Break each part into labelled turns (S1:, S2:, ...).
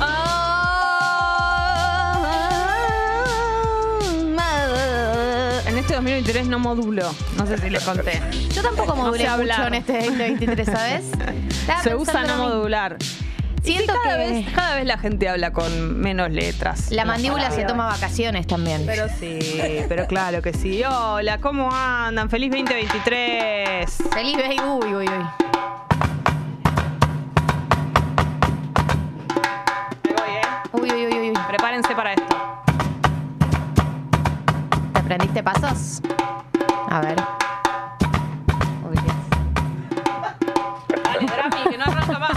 S1: Ah, de interés no moduló. No sé si les conté.
S2: Yo tampoco modulé
S1: sé
S2: mucho
S1: hablar.
S2: en este 2023, ¿sabes? Estaba
S1: Se usa
S2: pensando
S1: no
S2: lo mismo.
S1: modular. Y
S2: Siento
S1: cada,
S2: que
S1: vez, cada vez la gente habla con menos letras.
S2: la mandíbula se toma vacaciones también.
S1: Pero sí, pero claro que sí. Hola, ¿cómo andan? Feliz 2023.
S2: Feliz baby. Uy, uy, uy.
S1: Ahí voy, ¿eh?
S2: Uy, uy, uy, uy. uy.
S1: Prepárense para esto.
S2: ¿Te aprendiste pasos? A ver. Uy, Dios.
S1: Dale, Drami, que no arranca más.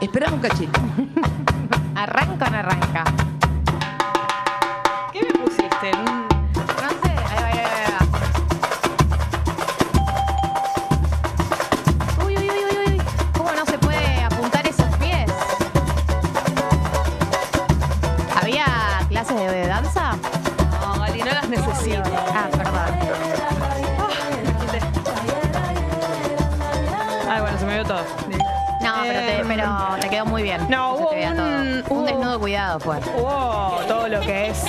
S3: Espera un cachito.
S2: Arranca o no arranca.
S1: ¿Qué me pusiste? Un-
S2: No sé. Ahí va, ahí va, ahí va. Uy, uy, uy, uy, uy. ¿Cómo no se puede apuntar esos pies? ¿Había clases de danza?
S1: No, Gali, no las necesito.
S2: Ah, perdón.
S1: Ay, Ah, bueno, se me vio todo.
S2: No, pero te,
S1: Eh,
S2: pero te quedó muy bien.
S1: No,
S2: Se
S1: hubo
S2: te veía todo.
S1: un-
S2: un,
S1: hubo-
S2: desnudo cuidado fue.
S1: Wow, todo lo que es.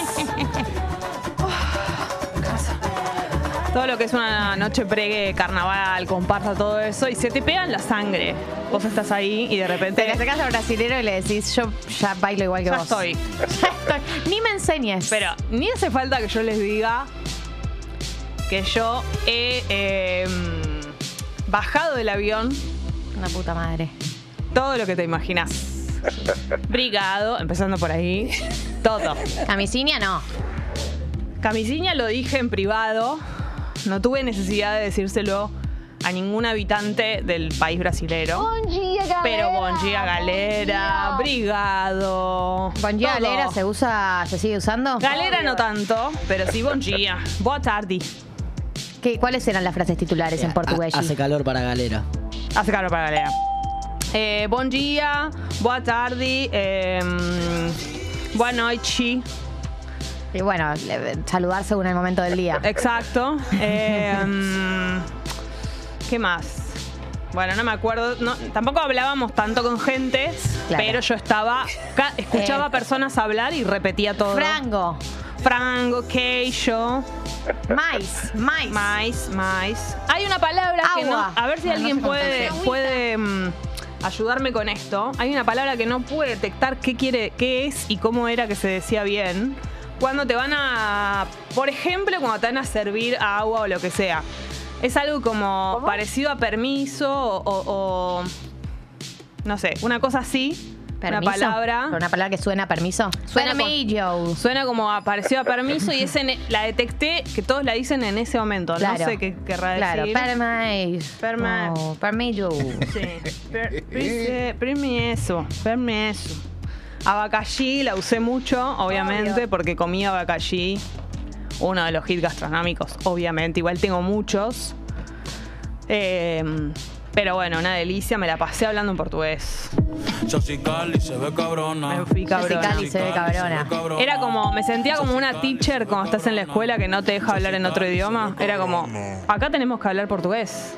S1: Todo lo que es una noche pregue, carnaval, comparsa, todo eso, y se te pega en la sangre. Vos estás ahí y de
S2: Te le
S1: repente.
S2: acercas al brasilero y le decís, yo ya bailo igual que
S1: Ya
S2: vos.
S1: estoy.
S2: Ya estoy. Ni me enseñes.
S1: Pero ni hace falta que yo les diga que yo he eh, bajado del avión
S2: Una puta madre.
S1: todo lo que te imaginas. Brigado, empezando por ahí. Todo.
S2: Camisinia no.
S1: Camisinha lo dije en privado. No tuve necesidad de decírselo a ningún habitante del país brasilero. Pero bon día, galera, brigado.
S2: Bon día,
S1: todo.
S2: galera se usa, se sigue usando.
S1: Galera no tanto, pero sí bon día. Boa tarde.
S2: ¿Qué, ¿Cuáles eran las frases titulares en portugués?
S3: Ha- Eh, Hace calor para galera.
S1: Hace calor para galera. Eh, bon día, boa tarde, em, boa noite.
S2: Y bueno, le- saludar según el momento del
S1: Eh,
S2: día.
S1: Exacto. Em, ¿Qué más? Bueno, no me acuerdo. no, tampoco hablábamos tanto con gente,
S2: Claro.
S1: pero yo estaba. ca- Escuchaba
S2: Eh.
S1: personas hablar y repetía todo.
S2: Frango,
S1: Frango, queijo,
S2: mais, mais.
S1: mais, mais. Hay una palabra que no.
S2: Agua.
S1: A ver si
S2: No, no
S1: alguien
S2: sé cómo se
S1: puede,
S2: pronuncia.
S1: puede mm, ayudarme con esto. Hay una palabra que no pude detectar qué quiere, qué es y cómo era que se decía bien. Cuando te van a, por ejemplo, cuando te van a servir agua o lo que sea. Es algo como parecido a permiso o, o- o- no sé, una cosa así.
S2: Permiso.
S1: Una palabra.
S2: Una palabra que suena a permiso.
S1: Suena
S2: Suena medio.
S1: Suena como a parecido a permiso y es en- e- la detecté que todos la dicen en ese momento. No sé qué querrá
S2: claro,
S1: decir.
S2: permis.
S1: Perma-
S2: Oh, permiso.
S1: Sí. Per- permise- permiso, permiso. Abacallí la usé mucho, obviamente, porque comí abacallí, uno de los hits gastronómicos, obviamente. Igual tengo muchos. Eh, pero bueno, una delicia, me la pasé hablando en portugués.
S4: Yo soy Cali, se ve cabrona.
S1: Me fui
S2: Yo soy
S1: cabrona.
S2: Cali, se ve cabrona.
S1: Era como, me sentía como una teacher cuando estás en la escuela que no te deja hablar en otro idioma. Era como, acá tenemos que hablar portugués.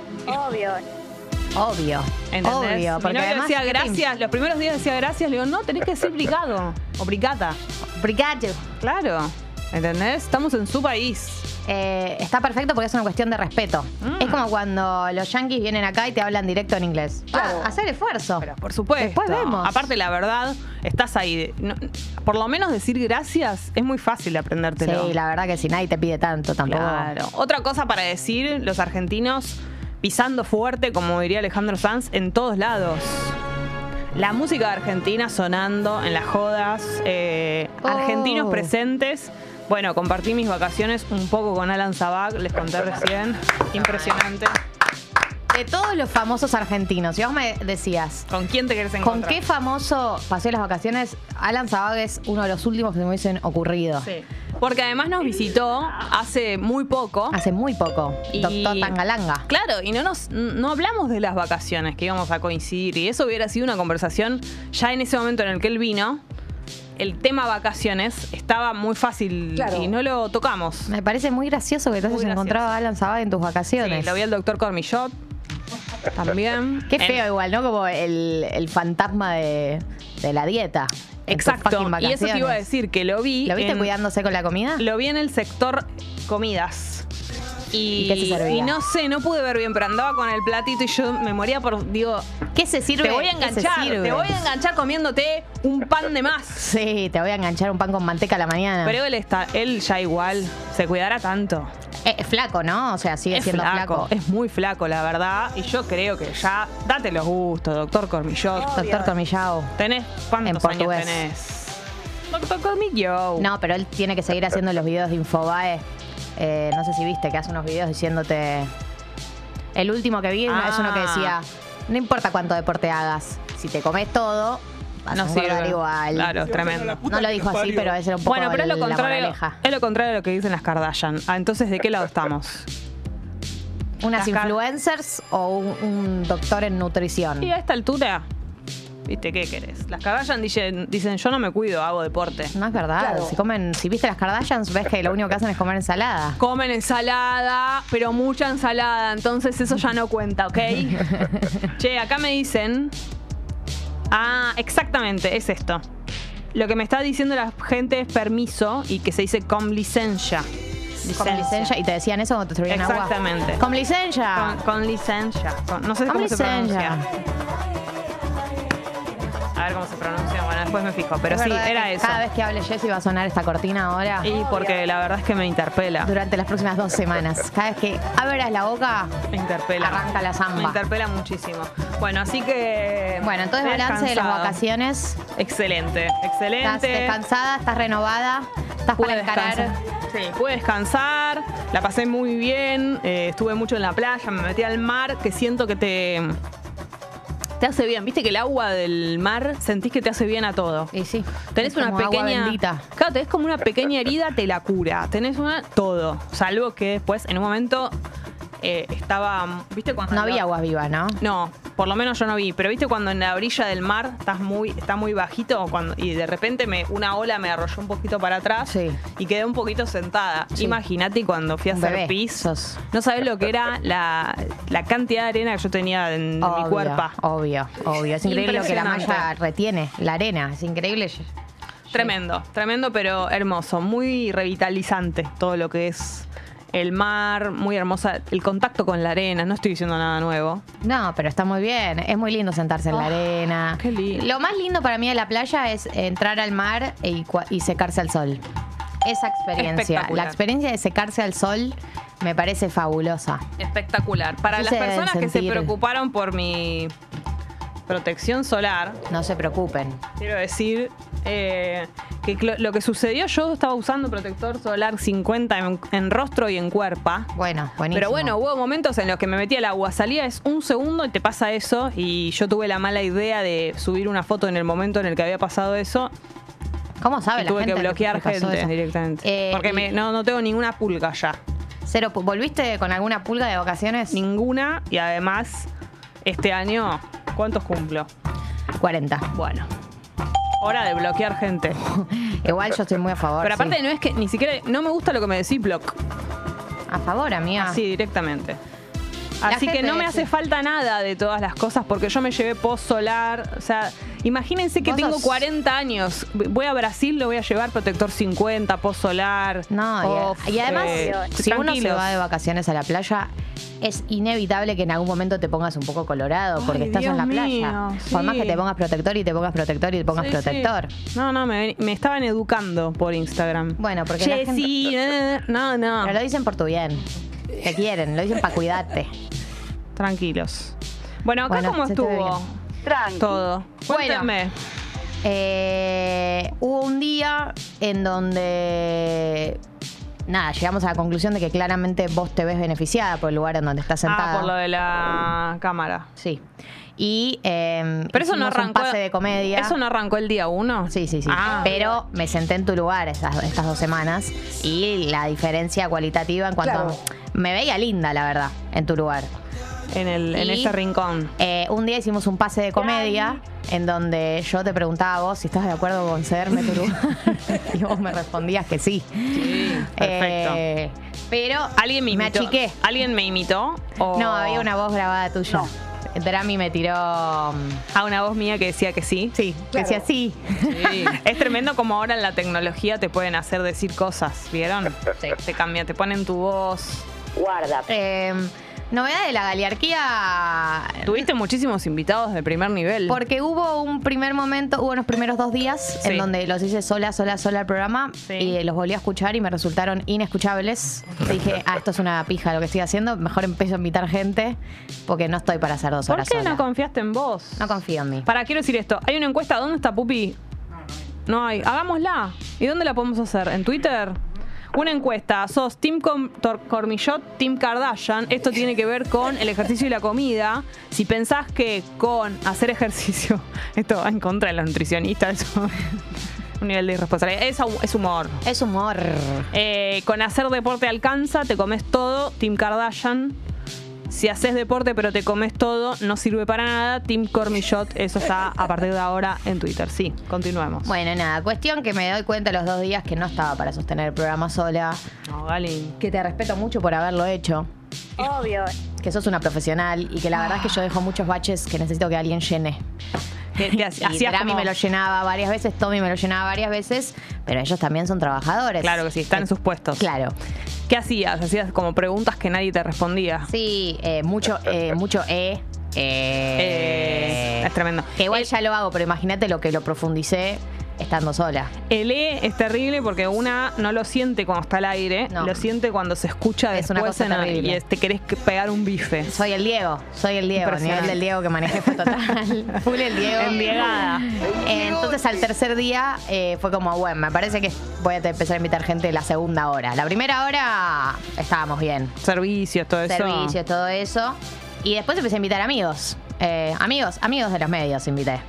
S2: Obvio.
S1: ¿Entendés?
S2: Obvio.
S1: Mi
S2: Porque
S1: novio
S2: además.
S1: decía gracias, los primeros días decía gracias, le digo, no, tenés que decir brigado o brigada.
S2: Brigado.
S1: Claro, ¿entendés? Estamos en su país.
S2: Eh, está perfecto porque es una cuestión de respeto.
S1: Mm.
S2: Es como cuando los yankees vienen acá y te hablan directo en inglés.
S1: Claro.
S2: Ah, hacer esfuerzo.
S1: Pero por supuesto.
S2: Después vemos.
S1: Aparte, la verdad, estás ahí. No- por lo menos decir gracias es muy fácil aprendértelo.
S2: Sí, la verdad que si nadie te pide tanto tampoco.
S1: Claro. Otra cosa para decir, los argentinos pisando fuerte, como diría Alejandro Sanz, en todos lados. La música de Argentina sonando en las jodas, eh,
S2: Oh.
S1: argentinos presentes. Bueno, compartí mis vacaciones un poco con Alan Zabak, les conté recién. Impresionante.
S2: De todos los famosos argentinos, si vos me decías,
S1: ¿Con quién te querés
S2: ¿con
S1: encontrar?
S2: qué famoso pasé las vacaciones? Alan Zabag es uno de los últimos que me hubiesen ocurrido.
S1: Sí. Porque además nos visitó hace muy poco.
S2: Hace muy poco.
S1: Y-
S2: Doctor Tangalanga.
S1: Claro, y no nos no hablamos de las vacaciones que íbamos a coincidir. Y eso hubiera sido una conversación ya en ese momento en el que él vino. El tema vacaciones estaba muy fácil y no lo tocamos. Sí,
S2: Me parece muy gracioso que te hayas
S1: Muy gracioso.
S2: encontrado a Alan Zabag en tus vacaciones.
S1: lo vi al doctor Cormillot también.
S2: Qué
S1: En-
S2: feo igual, ¿no? Como el, el fantasma de, de la dieta. en tus
S1: Exacto.
S2: fucking
S1: Y eso te iba a
S2: vacaciones.
S1: decir, que lo vi.
S2: ¿Lo viste
S1: en-
S2: cuidándose con la comida?
S1: Lo vi en el sector comidas. Y,
S2: ¿Y qué se servía?
S1: y no sé, no pude ver bien, pero andaba con el platito y yo me moría por. Digo,
S2: ¿Qué se sirve?
S1: te voy a
S2: ¿Qué se
S1: enganchar,
S2: sirve?
S1: te voy a enganchar comiéndote un pan de más.
S2: Sí, te voy a enganchar un pan con manteca a la mañana.
S1: Pero él está, él ya igual, se cuidará tanto.
S2: Eh, es flaco, ¿no? O sea, sigue
S1: es
S2: siendo flaco.
S1: flaco, es muy flaco, la verdad. Y yo creo que ya, date los gustos, doctor Cormillot.
S2: Doctor Cormillao.
S1: ¿Tenés cuántos
S2: En
S1: años
S2: portugués.
S1: tenés? Doctor Cormillot.
S2: No, pero él tiene que seguir haciendo los videos de Infobae. Eh, no sé si viste que hace unos videos diciéndote. El último que vi
S1: Ah.
S2: es uno que decía: No importa cuánto deporte hagas, si te comes todo, vas a engordar
S1: sirve.
S2: igual.
S1: Claro, tremendo.
S2: No lo dijo así, pero ese era un poco
S1: Bueno, pero es lo,
S2: la
S1: contrario,
S2: moraleja.
S1: es lo contrario de lo que dicen las Kardashian. Ah, entonces, ¿de qué lado estamos?
S2: ¿Unas
S1: Las car-
S2: influencers o un, un doctor en nutrición?
S1: Y a esta altura, ¿viste qué querés? Las Kardashian dicen, dicen yo no me cuido, hago deporte.
S2: No es verdad. Si comen, si viste las Kardashians, ves que lo único que hacen es comer ensalada.
S1: Comen ensalada, pero mucha ensalada, entonces eso ya no cuenta, ¿ok? che, acá me dicen... Ah, exactamente, es esto. Lo que me está diciendo la gente es permiso y que se dice con licencia.
S2: Con licencia. Y te decían eso cuando te servían agua.
S1: Exactamente.
S2: Con licencia.
S1: Ah, Con, con licencia. Con- no sé
S2: Con
S1: cómo
S2: licencia.
S1: se pronuncia. A ver cómo se pronuncia. Bueno, después me fijo. Pero
S2: Es
S1: sí,
S2: verdad que
S1: era eso.
S2: Cada vez que hable Jessy va a sonar esta cortina ahora
S1: Y porque la verdad es que me interpela.
S2: durante las próximas dos semanas. Cada vez que abras la boca,
S1: Me interpela.
S2: Arranca la zamba.
S1: Me interpela muchísimo. Bueno, así que.
S2: bueno, entonces
S1: estoy
S2: balance de las
S1: descansada.
S2: vacaciones.
S1: Excelente,
S2: Estás
S1: excelente.
S2: descansada, estás renovada, estás para
S1: Pude
S2: encarar.
S1: descansar. Sí, pude descansar, la pasé muy bien, eh, estuve mucho en la playa, me metí al mar, que siento que te, te hace bien. Viste que el agua del mar sentís que te hace bien a todo.
S2: Y sí.
S1: Tenés
S2: es
S1: una
S2: como agua
S1: pequeña.
S2: bendita.
S1: Claro, tenés como una pequeña herida, te la cura. Tenés una. Todo. Salvo que después, en un momento, eh, estaba. ¿Viste cuando.?
S2: No había agua viva, ¿no?
S1: No, por lo menos yo no vi. Pero viste cuando en la orilla del mar estás muy, está muy bajito cuando, y de repente me, una ola me arrolló un poquito para atrás
S2: Sí.
S1: y quedé un poquito sentada.
S2: Sí.
S1: Imagínate cuando fui a
S2: Un
S1: hacer
S2: bebé,
S1: pisos.
S2: sos.
S1: No sabés lo que era la, la cantidad de arena que yo tenía en mi
S2: Obvio,
S1: cuerpo.
S2: Obvio, obvio. Es increíble lo que la
S1: Impresionante.
S2: malla retiene, la arena. Es increíble.
S1: Tremendo, tremendo, pero hermoso. Muy revitalizante todo lo que es el mar, muy hermosa. El contacto con la arena, no estoy diciendo nada nuevo.
S2: No, pero está muy bien. Es muy lindo sentarse en la
S1: Ah,
S2: arena.
S1: qué lindo.
S2: Lo más lindo para mí de la playa es entrar al mar y, cua- y secarse al sol. Esa experiencia,
S1: Espectacular.
S2: la experiencia de secarse al sol me parece fabulosa.
S1: Espectacular. Para
S2: Sí
S1: las
S2: se deben
S1: personas que se
S2: sentir.
S1: preocuparon por mi protección solar,
S2: No se preocupen.
S1: quiero decir eh, que clo- lo que sucedió, yo estaba usando protector solar 50 en, en rostro y en cuerpo.
S2: Bueno, buenísimo.
S1: Pero bueno, hubo momentos en los que me metí al agua, salía es un segundo y te pasa eso. Y yo tuve la mala idea de subir una foto en el momento en el que había pasado eso.
S2: ¿cómo
S1: y
S2: sabe Ah, la
S1: tuve que
S2: gente
S1: bloquear
S2: le pasó
S1: gente
S2: eso?
S1: directamente.
S2: Eh,
S1: porque
S2: y-
S1: me- no, no tengo ninguna pulga ya.
S2: Cero, pu- ¿volviste con alguna pulga de vacaciones?
S1: Ninguna. Y además, este año, ¿cuántos cumplo?
S2: 40.
S1: Bueno. Hora de bloquear gente.
S2: Igual yo estoy muy a favor.
S1: Pero aparte
S2: sí.
S1: no es que ni siquiera no me gusta lo que me decís block,
S2: A favor, amiga.
S1: así directamente.
S2: Ah. La
S1: Así que
S2: gente
S1: no me
S2: de-
S1: hace falta nada de todas las cosas porque yo me llevé post solar, o sea, imagínense que
S2: Vos
S1: tengo
S2: sos-
S1: 40 años, voy a Brasil, lo voy a llevar protector 50, post solar.
S2: No, y-
S1: off,
S2: y, además,
S1: eh,
S2: si uno se
S1: tranquilos.
S2: va de vacaciones a la playa, es inevitable que en algún momento te pongas un poco colorado porque
S1: Ay,
S2: estás
S1: Dios
S2: en la
S1: mío,
S2: playa. Por más
S1: sí.
S2: que te pongas protector y te pongas protector y te pongas
S1: Sí,
S2: protector.
S1: sí. No, no, me, me estaban educando por Instagram.
S2: Bueno, porque la gente-
S1: Jessy, eh, no, no.
S2: Pero lo dicen por tu bien. Te quieren, lo dicen para cuidarte.
S1: Tranquilos. Bueno, acá
S2: Bueno,
S1: cómo
S2: se te ve
S1: estuvo todo. Ah, Cuéntame.
S2: Eh, hubo un día en donde. Nada, llegamos a la conclusión de que claramente vos te ves beneficiada por el lugar en donde estás sentada.
S1: ah, por lo de la cámara.
S2: Sí. Y. eh,
S1: Pero eso no
S2: hicimos
S1: arrancó.
S2: Un pase de comedia.
S1: ¿Eso no arrancó el día uno?
S2: Sí, sí, sí.
S1: Ah,
S2: Pero me senté en tu lugar estas, estas dos semanas y la diferencia cualitativa en cuanto me veía linda, la verdad, en tu lugar.
S1: en, el, en
S2: Y-
S1: ese rincón.
S2: Eh, un día hicimos un pase de comedia en donde yo te preguntaba a vos si estás de acuerdo con cederme tu lugar y vos me respondías que sí.
S1: Sí, perfecto.
S2: Eh, Pero
S1: Alguien me Ah, oh. imitó.
S2: achiqué.
S1: Alguien me imitó. o-
S2: No, había una voz grabada tuya. Drami me tiró. mm,
S1: a Ah, una voz mía que decía que sí.
S2: Sí, que decía sí.
S1: Es tremendo como ahora en la tecnología te pueden hacer decir cosas, ¿vieron? Te cambian, te ponen tu voz.
S5: Guarda.
S2: Eh, novedad de la galearquía.
S1: Tuviste muchísimos invitados de primer nivel.
S2: Porque hubo un primer momento, hubo unos primeros dos días
S1: Sí.
S2: en donde los hice sola, sola, sola al programa
S1: Sí.
S2: y los volví a escuchar y me resultaron inescuchables. Dije, ah, esto es una pija lo que estoy haciendo, mejor empiezo a invitar gente porque no estoy para hacer dos
S1: ¿Por
S2: horas
S1: qué
S2: sola.
S1: no confiaste en vos?
S2: No confío en mí.
S1: Para, quiero decir esto. Hay una encuesta. ¿Dónde está Pupi? No hay. Hagámosla. ¿Y dónde la podemos hacer? ¿En Twitter? Una encuesta. ¿Sos Team Com- Tor- Cormillot, Team Kardashian? Esto tiene que ver con el ejercicio y la comida. Si pensás que con hacer ejercicio... Esto va en contra de los nutricionistas. eso- un nivel de irresponsabilidad. Es, hu- es humor.
S2: Es humor.
S1: Eh, con hacer deporte alcanza, te comes todo, Team Kardashian. Si haces deporte pero te comes todo, no sirve para nada, Team Cormillot. Eso está a partir de ahora en Twitter. Sí, continuemos.
S2: Bueno, nada, cuestión que me doy cuenta los dos días que no estaba para sostener el programa sola,
S1: No, Gali.
S2: que te respeto mucho por haberlo hecho,
S5: Obvio.
S2: que sos una profesional y que la verdad es que yo dejo muchos baches que necesito que alguien llene.
S1: Que te hac-
S2: Y
S1: hacías
S2: Drami
S1: como-
S2: me lo llenaba varias veces, Tommy me lo llenaba varias veces, pero ellos también son trabajadores.
S1: Claro que sí, están en sus puestos.
S2: Claro.
S1: ¿Qué hacías? Hacías como preguntas que nadie te respondía.
S2: Sí, eh, mucho, eh, mucho E. eh.
S1: Eh, es tremendo.
S2: Que igual ya lo hago, pero imagínate lo que lo profundicé estando sola.
S1: El E es terrible porque una no lo siente cuando está al aire,
S2: No.
S1: lo siente cuando se escucha
S2: Es
S1: después
S2: una cosa
S1: en la-
S2: terrible.
S1: y es- te querés que- pegar un bife.
S2: Soy el Diego, soy el Diego, el nivel
S1: Impresionante.
S2: del Diego que manejé fue total. Full el Diego.
S1: Endiegada.
S2: Eh, entonces al tercer día eh, fue como, bueno, me parece que voy a te- empezar a invitar gente la segunda hora. La primera hora estábamos bien.
S1: Servicios, todo eso.
S2: servicios, todo eso. Y después empecé a invitar amigos. Eh, amigos, amigos de los medios invité.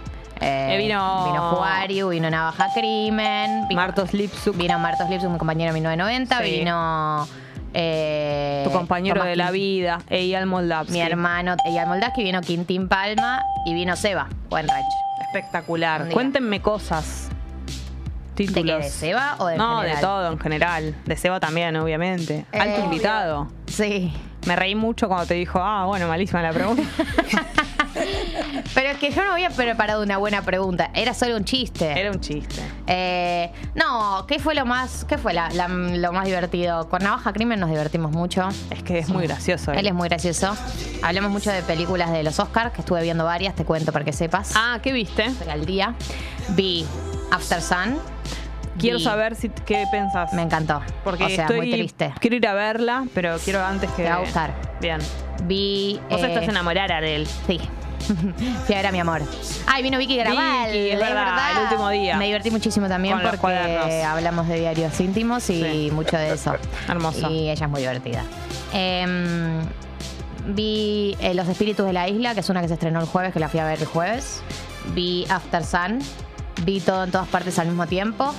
S2: Eh,
S1: Eh, vino-
S2: Vino Juario, vino Navaja Crimen. Vino,
S1: Martos Lipsuk.
S2: Vino Martos Lipsum, mi compañero de 1990.
S1: Sí.
S2: Vino. eh,
S1: Tu compañero
S2: Tomás
S1: de la
S2: Quintín,
S1: vida, Eyal Moldavsky.
S2: Mi hermano Eyal Moldaski, vino Quintín Palma y vino Seba, Wenreich.
S1: Espectacular.
S2: Diga.
S1: Cuéntenme cosas.
S2: ¿De qué?
S1: Títulos.
S2: ¿De Seba o de
S1: no, de todo en general. De Seba también, obviamente.
S2: Eh,
S1: Alto
S2: obvio.
S1: invitado.
S2: Sí.
S1: Me reí mucho cuando te dijo, ah, bueno, malísima la pregunta.
S2: Pero es que yo no había preparado una buena pregunta. Era solo un chiste.
S1: Era un chiste.
S2: Eh, no, ¿qué fue lo más, qué fue la- la- lo más divertido? Con Navaja Crimen nos divertimos mucho.
S1: Es que es muy gracioso. ¿eh?
S2: Él es muy gracioso. Hablamos mucho de películas de los Oscars, que estuve viendo varias, te cuento para que sepas.
S1: Ah, ¿qué viste?
S2: Pero al día. Vi After Sun.
S1: Quiero
S2: Vi-
S1: saber si qué pensás.
S2: Me encantó.
S1: Porque
S2: o sea,
S1: estoy,
S2: muy triste.
S1: Quiero ir a verla, pero quiero antes que.
S2: Te va a gustar.
S1: Bien.
S2: Vi.
S1: Vos
S2: eh,
S1: estás enamorada de él.
S2: Sí. Sí, era mi amor. Ay, vino Vicky Graval.
S1: Vicky, es verdad, el último día.
S2: Me divertí muchísimo también
S1: Con los
S2: porque
S1: cuadernos.
S2: hablamos de diarios íntimos y
S1: Sí.
S2: mucho de eso.
S1: Hermoso.
S2: Y ella es muy divertida. Em, vi eh, Los Espíritus de la Isla, que es una que se estrenó el jueves, que la fui a ver el jueves. Vi After Sun. Vi todo en todas partes al mismo tiempo.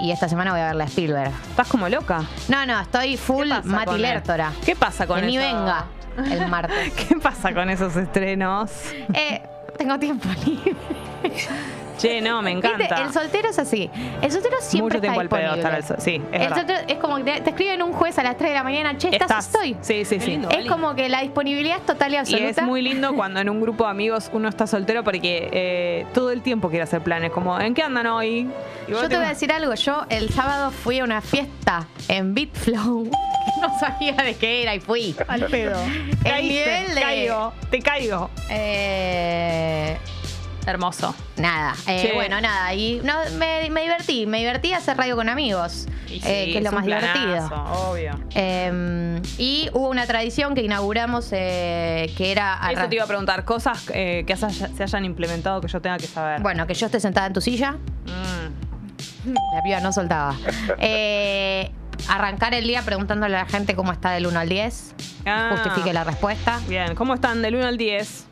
S2: Y esta semana voy a ver la Spielberg.
S1: Estás como loca.
S2: No, no, estoy
S1: ¿Qué
S2: full
S1: pasa
S2: Mati
S1: con él?
S2: Lertora.
S1: ¿Qué pasa con
S2: Que ni
S1: eso?
S2: venga el martes.
S1: ¿Qué pasa con esos estrenos?
S2: Eh, tengo tiempo libre.
S1: Che, no, me encanta.
S2: Viste, El soltero es así. El soltero siempre
S1: Mucho tiempo al
S2: está
S1: pedo
S2: disponible.
S1: estar al sol- sí, es
S2: el
S1: verdad.
S2: soltero es como que te, te escriben un juez a las 3 de la mañana, che, estás, estoy.
S1: Sí, sí, sí.
S2: Es como que la disponibilidad es total y
S1: Y
S2: absoluta.
S1: es muy lindo cuando en un grupo de amigos uno está soltero porque eh, todo el tiempo quiere hacer planes. Como, ¿en qué andan hoy? Y vos
S2: Yo te
S1: tipo,
S2: voy a decir algo, yo el sábado fui a una fiesta en BitFlow. que No sabía de qué era y fui.
S1: Al pedo.
S2: El nivel de-
S1: caigo, te caigo.
S2: Eh,
S1: Hermoso.
S2: nada, eh,
S1: Che.
S2: bueno, nada. Y no, me, me divertí, me divertí hacer radio con amigos,
S1: Y
S2: eh,
S1: sí,
S2: que es lo
S1: un
S2: más divertido.
S1: planazo, Obvio.
S2: Eh, y hubo una tradición que inauguramos eh, que era...
S1: Eso
S2: arran-
S1: te iba a preguntar, cosas eh, que haya- se hayan implementado que yo tenga que saber.
S2: Bueno, que yo esté sentada en tu silla,
S1: Mm.
S2: la piba no soltaba. Eh, arrancar el día preguntándole a la gente cómo está del 1 al 10,
S1: Ah.
S2: justifique la Uh. respuesta.
S1: Bien, ¿cómo están del 1 al 10?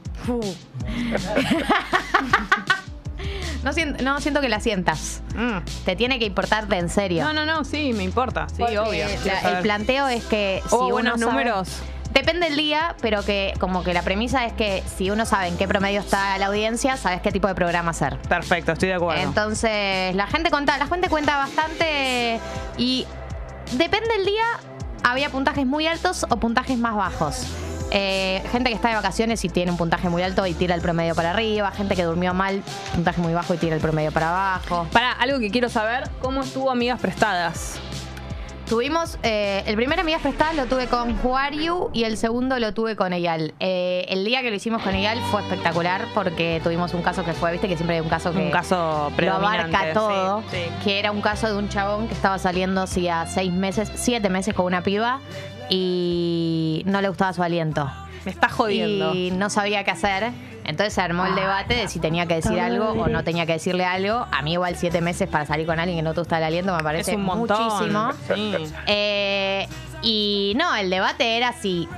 S2: No, sien- no siento que la sientas.
S1: Mm.
S2: Te tiene que importarte en serio.
S1: No, no, no, sí, me importa. Sí,
S2: Porque
S1: obvio.
S2: la-
S1: quiero
S2: el
S1: saber.
S2: planteo es que si
S1: Hubo
S2: uno
S1: buenos
S2: sabe-
S1: números.
S2: Depende del día, pero que como que la premisa es que si uno sabe en qué promedio está la audiencia, sabes qué tipo de programa hacer.
S1: Perfecto, estoy de acuerdo.
S2: Entonces, la gente cuenta, la gente cuenta bastante y depende del día, había puntajes muy altos o puntajes más bajos. Eh, gente que está de vacaciones y tiene un puntaje muy alto y tira el promedio para arriba. Gente que durmió mal, puntaje muy bajo y tira el promedio para abajo.
S1: Para algo que quiero saber, ¿cómo estuvo Amigas Prestadas?
S2: Tuvimos, eh, el primer Amigas Prestadas lo tuve con Juariu y el segundo lo tuve con Eyal. Eh, el día que lo hicimos con Eyal fue espectacular porque tuvimos un caso que fue, viste que siempre hay un caso que
S1: Un caso
S2: lo
S1: predominante.
S2: abarca todo,
S1: sí, sí.
S2: que era un caso de un chabón que estaba saliendo hacía seis meses, siete meses con una piba y no le gustaba su aliento.
S1: Me está jodiendo. Ah.
S2: Y no sabía qué hacer. Entonces se armó el debate de si tenía que decir algo o no tenía que decirle algo. A mí igual siete meses para salir con alguien que no te gusta el aliento me
S1: es
S2: parece
S1: un montón.
S2: muchísimo.
S1: Sí.
S2: Eh, y no, el debate era si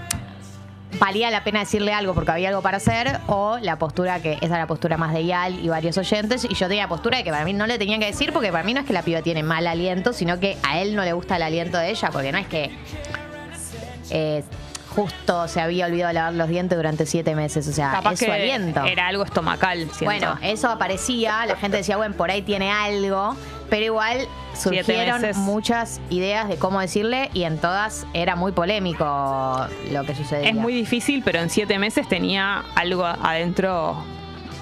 S2: valía la pena decirle algo porque había algo para hacer o la postura que esa era la postura más de Yal y varios oyentes y yo tenía la postura de que para mí no le tenían que decir porque para mí no es que la piba tiene mal aliento sino que a él no le gusta el aliento de ella porque no es que eh, justo se había olvidado lavar los dientes durante siete meses o sea
S1: Capaz
S2: es su
S1: que
S2: aliento
S1: era algo estomacal, siento.
S2: bueno, eso aparecía, la gente decía, bueno, por ahí tiene algo, pero igual
S1: Siete
S2: surgieron
S1: meses.
S2: muchas ideas de cómo decirle y en todas era muy polémico lo que sucedía.
S1: es muy difícil, pero en siete meses tenía algo adentro,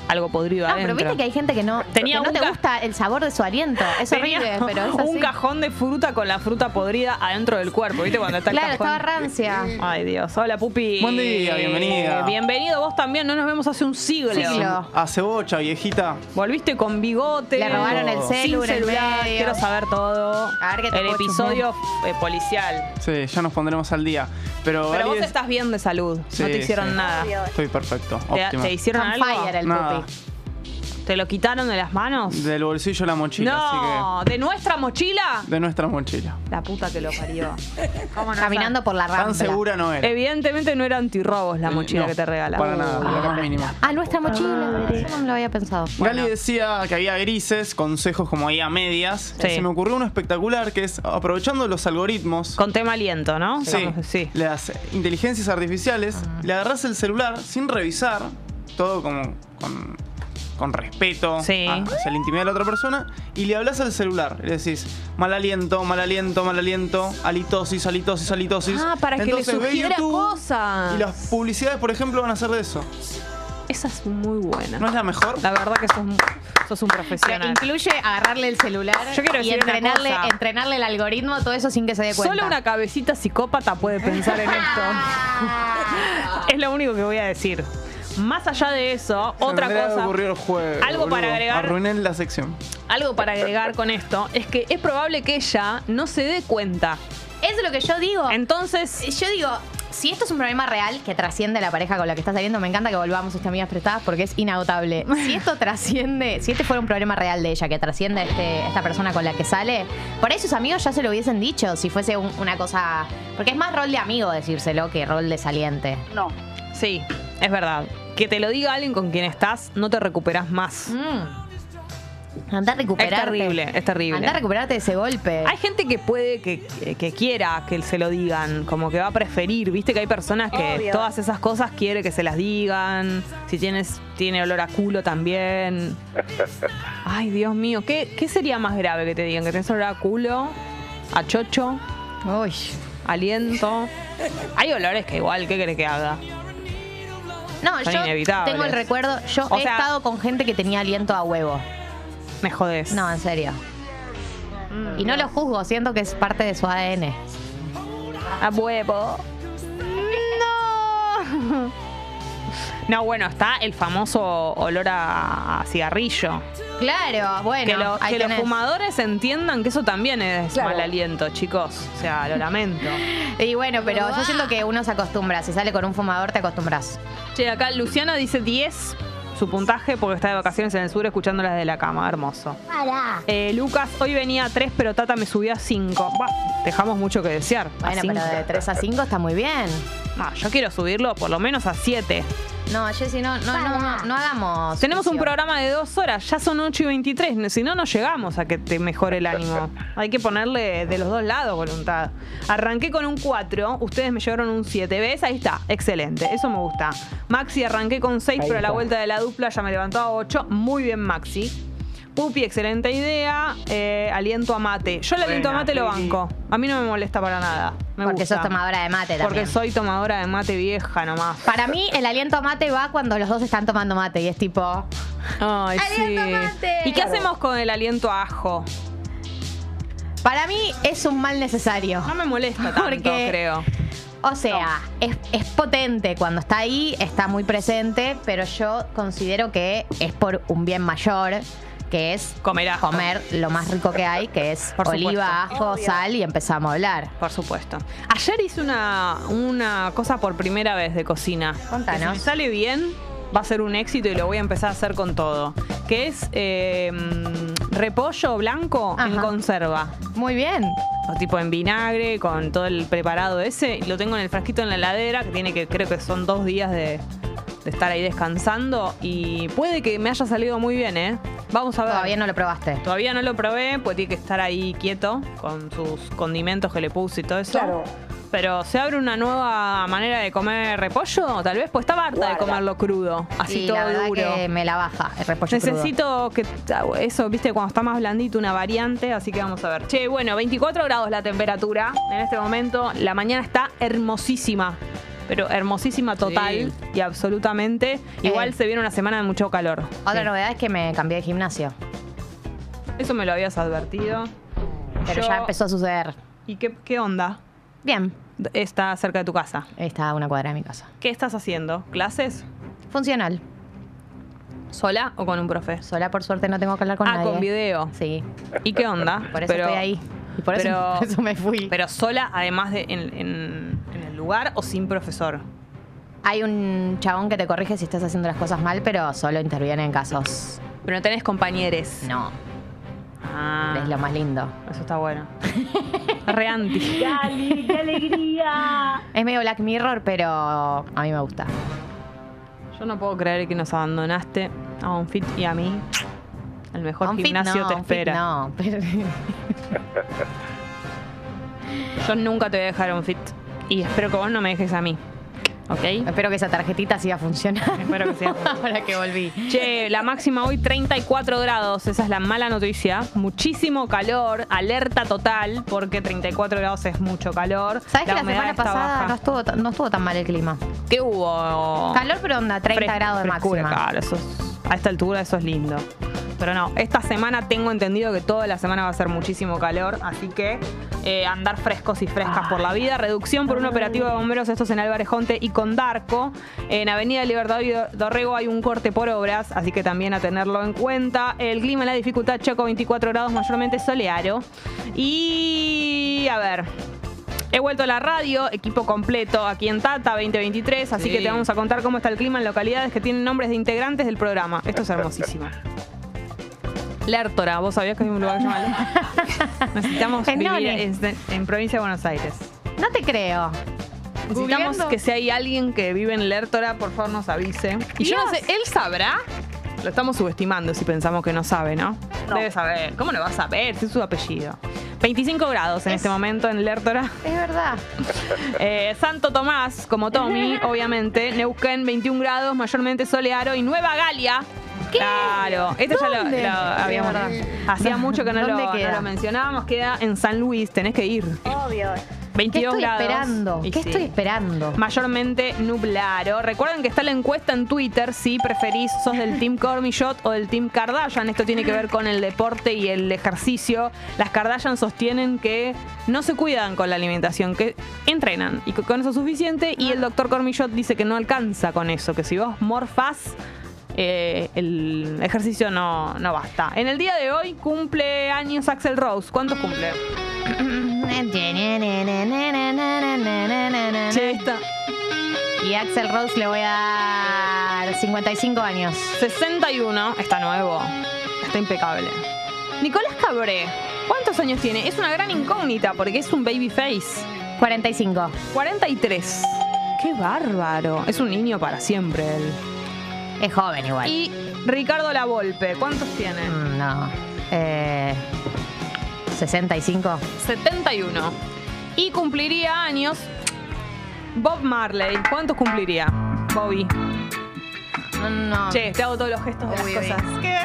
S1: algo podrido
S2: No, pero
S1: adentro.
S2: viste que hay gente que no,
S1: Tenía
S2: que no
S1: un
S2: te
S1: ca-
S2: gusta el sabor de su aliento. Es
S1: Tenía
S2: horrible, pero es así.
S1: un cajón de fruta con la fruta podrida adentro del cuerpo, ¿viste? Cuando está el
S2: Claro,
S1: cajón.
S2: estaba rancia.
S5: Eh,
S1: Ay, Dios. Hola, Pupi. Eh,
S5: Buen día, bienvenida.
S1: Bienvenido vos también. No nos vemos hace un siglo.
S2: Siglo.
S5: A cebocha, viejita.
S1: Volviste con bigote.
S2: Le robaron el
S5: Sin
S2: celu en
S1: sin
S2: el
S1: celular.
S2: medio.
S1: Quiero saber todo.
S2: A ver qué te
S1: El
S2: puedo
S1: episodio eh, policial.
S5: Sí, ya nos pondremos al día. Pero,
S1: Pero vos
S5: Aries-
S1: estás bien de salud.
S5: Sí,
S1: no te hicieron
S5: sí.
S1: nada.
S5: Estoy perfecto.
S1: ¿Te,
S5: Óptima.
S1: te hicieron
S2: On
S1: algo?
S2: fire el
S5: Nada.
S2: pupi.
S1: ¿Te lo quitaron de las manos?
S5: Del bolsillo a la mochila,
S1: no,
S5: así
S1: ¿de nuestra mochila?
S5: que. De nuestra mochila.
S1: La puta que lo parió. ¿Cómo no
S2: Caminando por la
S5: Tan
S2: rancia.
S5: segura no era.
S1: Evidentemente no era antirrobos la mochila
S5: Eh, No,
S1: que te regalan.
S5: Para nada, lo más mínimo.
S2: Ah, nuestra mochila. Eso no me lo había pensado.
S5: Gali decía que había grises, consejos como ahí a medias.
S1: Sí.
S5: Se me ocurrió uno espectacular que es aprovechando los algoritmos.
S1: Con tema aliento, ¿no?
S5: Sí,
S1: Digamos, sí. Ah.
S5: las inteligencias artificiales, le agarras el celular sin revisar, todo como con, con respeto
S1: Sí.
S5: a- hacia la intimidad de la otra persona, y le hablas al celular. Le decís, mal aliento, mal aliento, mal aliento, halitosis, halitosis, halitosis.
S1: Ah, para que le
S5: Entonces ve
S1: sugiera
S5: YouTube,
S1: cosas.
S5: Y las publicidades, por ejemplo, van a ser de eso.
S1: Esa es muy buena.
S5: ¿No es la mejor?
S1: La verdad que sos, sos un
S2: Pero
S1: profesional.
S2: incluye agarrarle el celular
S1: Yo quiero
S2: y
S1: decir una
S2: entrenarle,
S1: cosa.
S2: entrenarle el algoritmo, todo eso sin que se dé cuenta.
S1: Solo una cabecita psicópata puede pensar en esto.
S2: Ah.
S1: es lo único que voy a decir. Más allá de eso,
S5: Se me
S1: otra
S5: tendría que
S1: cosa.
S5: ocurrir el jueves,
S1: Algo para
S5: boludo.
S1: agregar.
S5: Arruiné la sección.
S1: Algo para agregar con esto es que es probable que ella no se dé cuenta.
S2: Eso es lo que yo digo.
S1: Entonces,
S2: Yo digo, si esto es un problema real que trasciende a la pareja con la que estás saliendo, me encanta que volvamos a estas amigas prestadas porque es inagotable. Si esto trasciende, si este fuera un problema real de ella, que trasciende a este- esta persona con la que sale, por ahí sus amigos ya se lo hubiesen dicho si fuese un- una cosa. Porque es más rol de amigo decírselo que rol de saliente.
S6: No.
S1: sí, es verdad. Que te lo diga alguien con quien estás, no te recuperás más.
S2: Mm. Andá a
S1: Es
S2: recuperarte.
S1: terrible, es terrible.
S2: Andá a recuperarte de ese golpe.
S1: Hay gente que puede, que, que- que quiera que se lo digan, como que va a preferir. Viste que hay personas que
S6: Obvio.
S1: todas esas cosas quiere que se las digan. Si tienes, tiene olor a culo también. Ay, Dios mío, ¿qué, qué sería más grave que te digan? ¿Que tenés olor a culo? ¿A chocho?
S2: Uy.
S1: ¿Aliento? Hay olores que igual, ¿qué querés que haga?
S2: No,
S1: Son
S2: yo
S1: inevitables.
S2: tengo el recuerdo. Yo
S1: O
S2: he
S1: sea-
S2: estado con gente que tenía aliento a huevo.
S1: Me jodés.
S2: No, en serio. Y no lo juzgo, siento que es parte de su ADN.
S1: A huevo. No. No, bueno, está el famoso olor a- a cigarrillo.
S2: Claro, bueno.
S1: que, lo-
S2: ahí
S1: que los
S2: tenés.
S1: fumadores entiendan que eso también es
S6: Claro.
S1: mal aliento, chicos. O sea, lo lamento.
S2: Y bueno, pero yo siento que uno se acostumbra. Si sale con un fumador, te acostumbras.
S1: che, acá Luciana dice 10 su puntaje porque está de vacaciones en el sur escuchándolas desde la cama. Hermoso. Eh, Lucas, hoy venía a 3, pero Tata me subió a 5. Dejamos mucho que desear. A
S2: Bueno, pero
S1: cinco.
S2: de 3 a 5 está muy bien.
S1: No, yo quiero subirlo por lo menos a 7.
S2: No, Jessy, no, no, no, no, no hagamos.
S1: Tenemos un
S2: juicio.
S1: programa de dos horas, ya son 8 y 23. Si no, no llegamos a que te mejore el ánimo. Hay que ponerle de los dos lados voluntad. Arranqué con un 4, ustedes me llevaron un 7. ¿Ves? Ahí está. Excelente. Eso me gusta. Maxi, arranqué con 6, pero a la vuelta de la dupla ya me levantó a 8. Muy bien, Maxi. Pupi, excelente idea. Eh, aliento a mate. Yo el aliento a
S5: Buena,
S1: mate lo
S5: Pili.
S1: banco. A mí no me molesta para nada. Me
S2: Porque
S1: gusta.
S2: sos tomadora de mate también.
S1: Porque soy tomadora de mate vieja nomás.
S2: Para mí, el aliento a mate va cuando los dos están tomando mate y es tipo.
S1: Ay,
S2: Aliento
S1: sí.
S2: a mate.
S1: ¿Y qué hacemos con el aliento a ajo?
S2: Para mí es un mal necesario.
S1: No me molesta tanto,
S2: Porque-
S1: creo.
S2: O sea, es, es potente cuando está ahí, está muy presente, pero yo considero que es por un bien mayor, que es
S1: Comer ajo.
S2: comer lo más rico que hay, que es
S1: Por supuesto.
S2: oliva, ajo, sal y empezamos a hablar.
S1: Por supuesto. Ayer hice una, una cosa por primera vez de cocina.
S2: Contanos.
S1: Que Si me sale bien, va a ser un éxito y lo voy a empezar a hacer con todo. Que es eh, mm, repollo blanco en
S2: Ajá.
S1: conserva.
S2: Muy bien.
S1: O tipo en vinagre, con todo el preparado ese. Lo tengo en el frasquito en la heladera, que tiene que, creo que son dos días de, de estar ahí descansando. Y puede que me haya salido muy bien, ¿eh? Vamos a ver.
S2: Todavía no lo probaste.
S1: Todavía no lo probé, pues tiene que estar ahí quieto con sus condimentos que le puse y todo eso. Pero se abre una nueva manera de comer repollo, tal vez, pues estaba harta de comerlo crudo, así
S2: y
S1: todo
S2: la verdad
S1: duro.
S2: que me la baja el repollo crudo.
S1: Necesito que eso, viste, cuando está más blandito, una variante, así que vamos a ver. Che, bueno, 24 grados la temperatura en este momento. La mañana está hermosísima, pero hermosísima total y absolutamente. Igual
S2: Eh.
S1: se viene una semana de mucho calor.
S2: Otra novedad es que me cambié de gimnasio,
S1: Eso me lo habías advertido.
S2: pero
S1: Yo-
S2: ya empezó a suceder.
S1: ¿Y qué, qué onda?
S2: Bien,
S1: Está cerca de tu casa.
S2: está a una cuadra de mi casa.
S1: ¿Qué estás haciendo? ¿Clases?
S2: Funcional.
S1: ¿Sola o con un profe?
S2: Sola, por suerte, no tengo que hablar con
S1: ah,
S2: nadie.
S1: con video.
S2: Sí,
S1: ¿Y qué onda?
S2: por eso
S1: Pero-
S2: estoy ahí. Y por, eso-
S1: pero-
S2: por eso, me fui.
S1: Pero sola, además de en, en- en el lugar o sin profesor.
S2: Hay un chabón que te corrige si estás haciendo las cosas mal, pero solo interviene en casos.
S1: Pero no tenés compañeros.
S2: No,
S1: Ah,
S2: es lo más lindo.
S1: eso está bueno. Reanti.
S2: Es medio Black Mirror, pero a mí me gusta.
S1: Yo no puedo creer que nos abandonaste a Onfit y a mí. El mejor
S2: Un fit
S1: gimnasio
S2: no,
S1: te
S2: un fit
S1: espera.
S2: No, pero
S1: Yo nunca te voy a dejar a Onfit. Y espero que vos no me dejes a mí. ¿Ok?
S2: espero que esa tarjetita siga funcionando.
S1: espero que sea.
S2: Ahora que volví.
S1: Che, la máxima hoy 34 grados, esa es la mala noticia. Muchísimo calor, alerta total, porque 34 grados es mucho calor.
S2: ¿Sabes que la
S1: humedad
S2: semana
S1: está
S2: pasada
S1: baja.
S2: no estuvo, tan- no estuvo tan mal el clima?
S1: ¿Qué hubo?
S2: Calor, pero onda, 30
S1: Fres-
S2: grados de
S1: frescura,
S2: máxima.
S1: Claro, eso es- a esta altura eso es lindo. Pero no, esta semana tengo entendido que toda la semana va a ser muchísimo calor, así que eh, andar frescos y frescas por la vida. Reducción por un
S2: Ah.
S1: operativo de bomberos, esto es en Álvarez Jonte y con Darco. En Avenida Libertador y Dor- Dorrego hay un corte por obras, así que también a tenerlo en cuenta. El clima, la dificultad, Chaco 24 grados, mayormente soleado. Y a ver. He vuelto a la radio, equipo completo aquí en Tata 2023, así
S3: Sí.
S1: que te vamos a contar cómo está el clima en localidades que tienen nombres de integrantes del programa. Esto es hermosísimo. Lertora, ¿vos sabías que hay un lugar que se llama Lertora? Necesitamos
S2: En
S1: vivir
S2: None.
S1: en, en provincia de Buenos Aires.
S2: No te creo.
S1: Necesitamos
S2: Googleando.
S1: que si hay alguien que vive en Lertora, por favor nos avise. Y yo no sé,
S2: Dios.
S1: ¿él sabrá? Lo estamos subestimando si pensamos que no sabe, ¿no? Debe saber. ¿Cómo no va a saber? Si es su apellido. 25 grados en
S2: Es-
S1: este momento en Lertora.
S2: Es verdad.
S1: Eh, Santo Tomás, como Tommy, obviamente. Neuquén, 21 grados, mayormente soleado. Y Nueva Galia. Claro, esto ya lo,
S2: ¿Dónde?
S1: lo habíamos.
S2: Sí, es verdad.
S1: Hacía mucho que no lo,
S2: ¿Dónde
S1: no
S2: queda?
S1: lo mencionábamos. Queda en San Luis, tenés que ir. Obvio.
S2: ¿Qué
S1: 22
S2: estoy
S1: grados.
S2: esperando?
S1: Y
S2: ¿Qué
S1: sí.
S2: estoy esperando?
S1: Mayormente nublado. Recuerden que está la encuesta en Twitter si preferís, sos del Team Cormillot o del Team Kardashian. Esto tiene que ver con el deporte y el ejercicio. Las Kardashian sostienen que no se cuidan con la alimentación, que entrenan y que con eso es suficiente. Y el doctor Cormillot dice que no alcanza con eso, que si vos morfás. eh, el ejercicio no, no basta. En el día de hoy cumple años Axel Rose. ¿Cuántos cumple? Che, esta-
S2: Y a Axel Rose le voy a dar 55 años.
S1: 61, está nuevo, está impecable. Nicolás Cabré, ¿cuántos años tiene? Es una gran incógnita porque es un babyface.
S2: 45.
S1: 43. Qué bárbaro. Es un niño para siempre él.
S2: Es joven igual.
S1: Y Ricardo Lavolpe, ¿cuántos tiene?
S2: Mm, No. Eh, 65.
S1: 71. Y cumpliría años Bob Marley. ¿Cuántos cumpliría? Bobby.
S2: No.
S1: Che, te hago todos los gestos de las
S2: Uy, uy.
S1: cosas. ¡Qué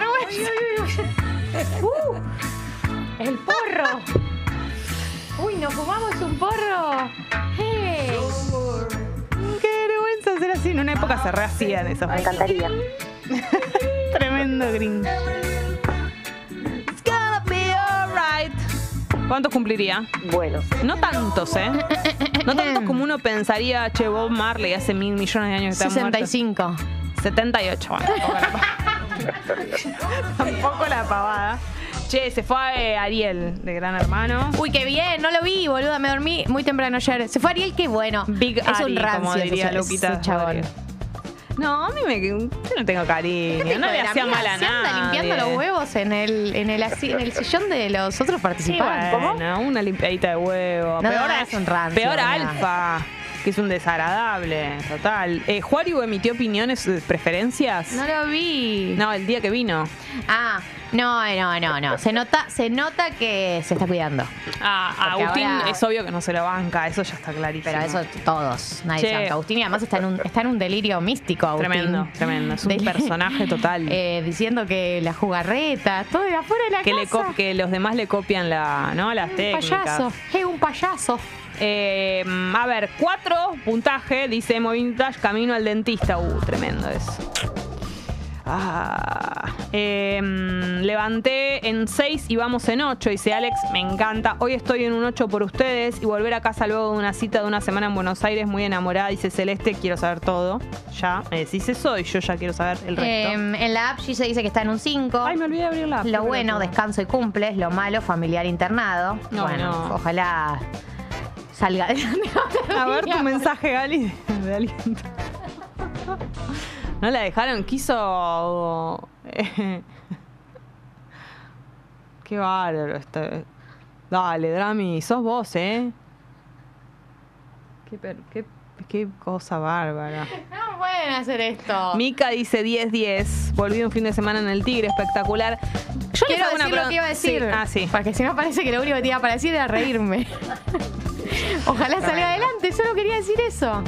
S1: vergüenza!
S2: ¡Uh! ¡El porro! ¡Uy, nos fumamos un porro! ¡Hey!
S1: Qué vergüenza ser así. En una época se rehacían esas Me encantaría. Tremendo gringo. It's gonna be alright. ¿Cuántos cumpliría?
S6: Bueno,
S1: No tantos, ¿eh? No tantos como uno pensaría, che, Bob Marley hace mil millones de años que está muerto.
S2: 65.
S1: 78, bueno, tampoco la pavada. tampoco la pavada. Che, se fue eh, Ariel, de Gran Hermano.
S2: Uy, qué bien, no lo vi, boluda, me dormí muy temprano ayer. Se fue Ariel, qué bueno.
S1: Big
S2: es
S1: Ari,
S2: un
S1: como
S2: rancio,
S1: diría
S2: ese- ese
S1: Luquita
S2: chabón.
S1: Rodríguez. No, a mí me... Yo no tengo cariño, no le hacía mal a
S2: Se anda
S1: nadie.
S2: limpiando los huevos en el, en el, asi- en el sillón de los otros
S1: Sí,
S2: participantes.
S1: bueno, una limpiadita de huevo.
S2: No,
S1: peor
S2: no,
S1: a-
S2: es un rancio,
S1: Peor a
S2: no.
S1: Alfa, que es un desagradable, total. Eh, ¿Juariu emitió opiniones, eh, preferencias?
S2: No lo vi.
S1: No, el día que vino.
S2: Ah, no, no, no, no. Se nota, se nota que se está cuidando.
S1: Ah, a
S2: Porque
S1: Agustín
S2: ahora-
S1: es obvio que no se lo banca, eso ya está clarísimo.
S2: Pero eso todos, nadie
S1: Che.
S2: se banca. Agustín y además está en un, está en un delirio místico, Agustín.
S1: Tremendo, tremendo. Es un
S2: Del-
S1: personaje total.
S2: Eh, diciendo que la jugarreta, todo de afuera de la
S1: que, le
S2: casa.
S1: co- que los demás le copian la, ¿no? las
S2: un
S1: técnicas.
S2: payaso, es un payaso.
S1: Eh, a ver, cuatro puntaje, dice Emo Vintage, camino al dentista. Uh, tremendo eso. Ah, eh, levanté en 6 y vamos en 8, dice Alex, me encanta. Hoy estoy en un 8 por ustedes y volver a casa luego de una cita de una semana en Buenos Aires muy enamorada, dice Celeste, quiero saber todo. Ya, me decís eso y yo ya quiero saber el
S2: Eh,
S1: resto.
S2: en la app G se dice que está en un 5.
S1: Ay, me olvidé de abrir la app, qué
S2: Lo bueno,
S1: pelotuda.
S2: descanso y cumples. Lo malo, familiar internado.
S1: No,
S2: bueno,
S1: no.
S2: ojalá salga adelante.
S1: A ver tu mensaje, Gali, de aliento. No la dejaron, quiso. eh, Qué bárbaro este. Dale, Drami, sos vos, ¿eh? Qué, per- qué, qué cosa bárbara.
S2: No pueden hacer esto.
S1: Mica dice 10-10. Volví un fin de semana en el Tigre, espectacular. Yo les
S2: Quiero
S1: hago una
S2: decir lo
S1: pregun-
S2: que iba a decir.
S1: Sí, Ah, sí.
S2: Porque si no parece que lo único que te iba a parecer era reírme. Ojalá salga adelante, solo quería decir eso.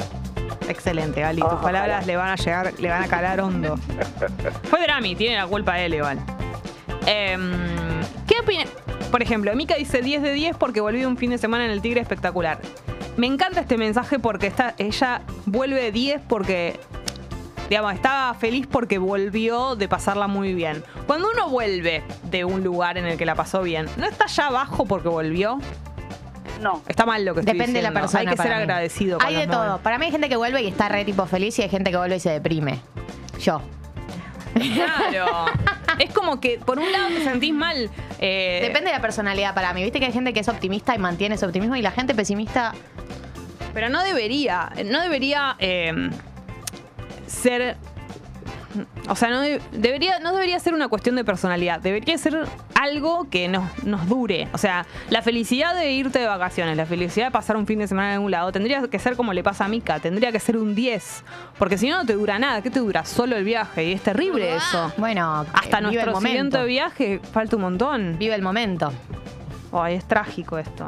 S1: Excelente, Gali.
S2: Ah,
S1: Tus palabras le van a llegar, le van a calar hondo. Fue Drami, tiene la culpa él, igual. Em, ¿Qué opinas? Por ejemplo, Mika dice 10 de 10 porque volví de un fin de semana en el Tigre espectacular. Me encanta este mensaje porque está, ella vuelve de 10 porque, digamos, estaba feliz porque volvió de pasarla muy bien. Cuando uno vuelve de un lugar en el que la pasó bien, ¿no está ya abajo porque volvió?
S6: no.
S1: Está mal lo que estoy
S2: Depende de la
S1: diciendo.
S2: persona.
S1: Hay que ser
S2: para mí.
S1: agradecido. con
S2: Hay
S1: los
S2: de todo.
S1: momentos.
S2: Para mí hay gente que vuelve y está re tipo feliz y hay gente que vuelve y se deprime. Yo.
S1: Claro. es como que por un lado te sentís mal. eh,
S2: Depende de la personalidad para mí. Viste que hay gente que es optimista y mantiene su optimismo y la gente pesimista.
S1: Pero no debería. No debería eh, ser. O sea, no, de- debería, no debería ser una cuestión de personalidad. Debería ser algo que nos, nos dure. O sea, la felicidad de irte de vacaciones, la felicidad de pasar un fin de semana en algún lado, tendría que ser como le pasa a Mika. Tendría que ser un 10. Porque si no, no te dura nada. ¿Qué te dura? Solo el viaje. Y es terrible eso.
S2: Ah, Bueno,
S1: Hasta
S2: eh, vive el
S1: nuestro
S2: momento.
S1: siguiente viaje falta un montón.
S2: Vive el momento.
S1: Ay, es trágico esto.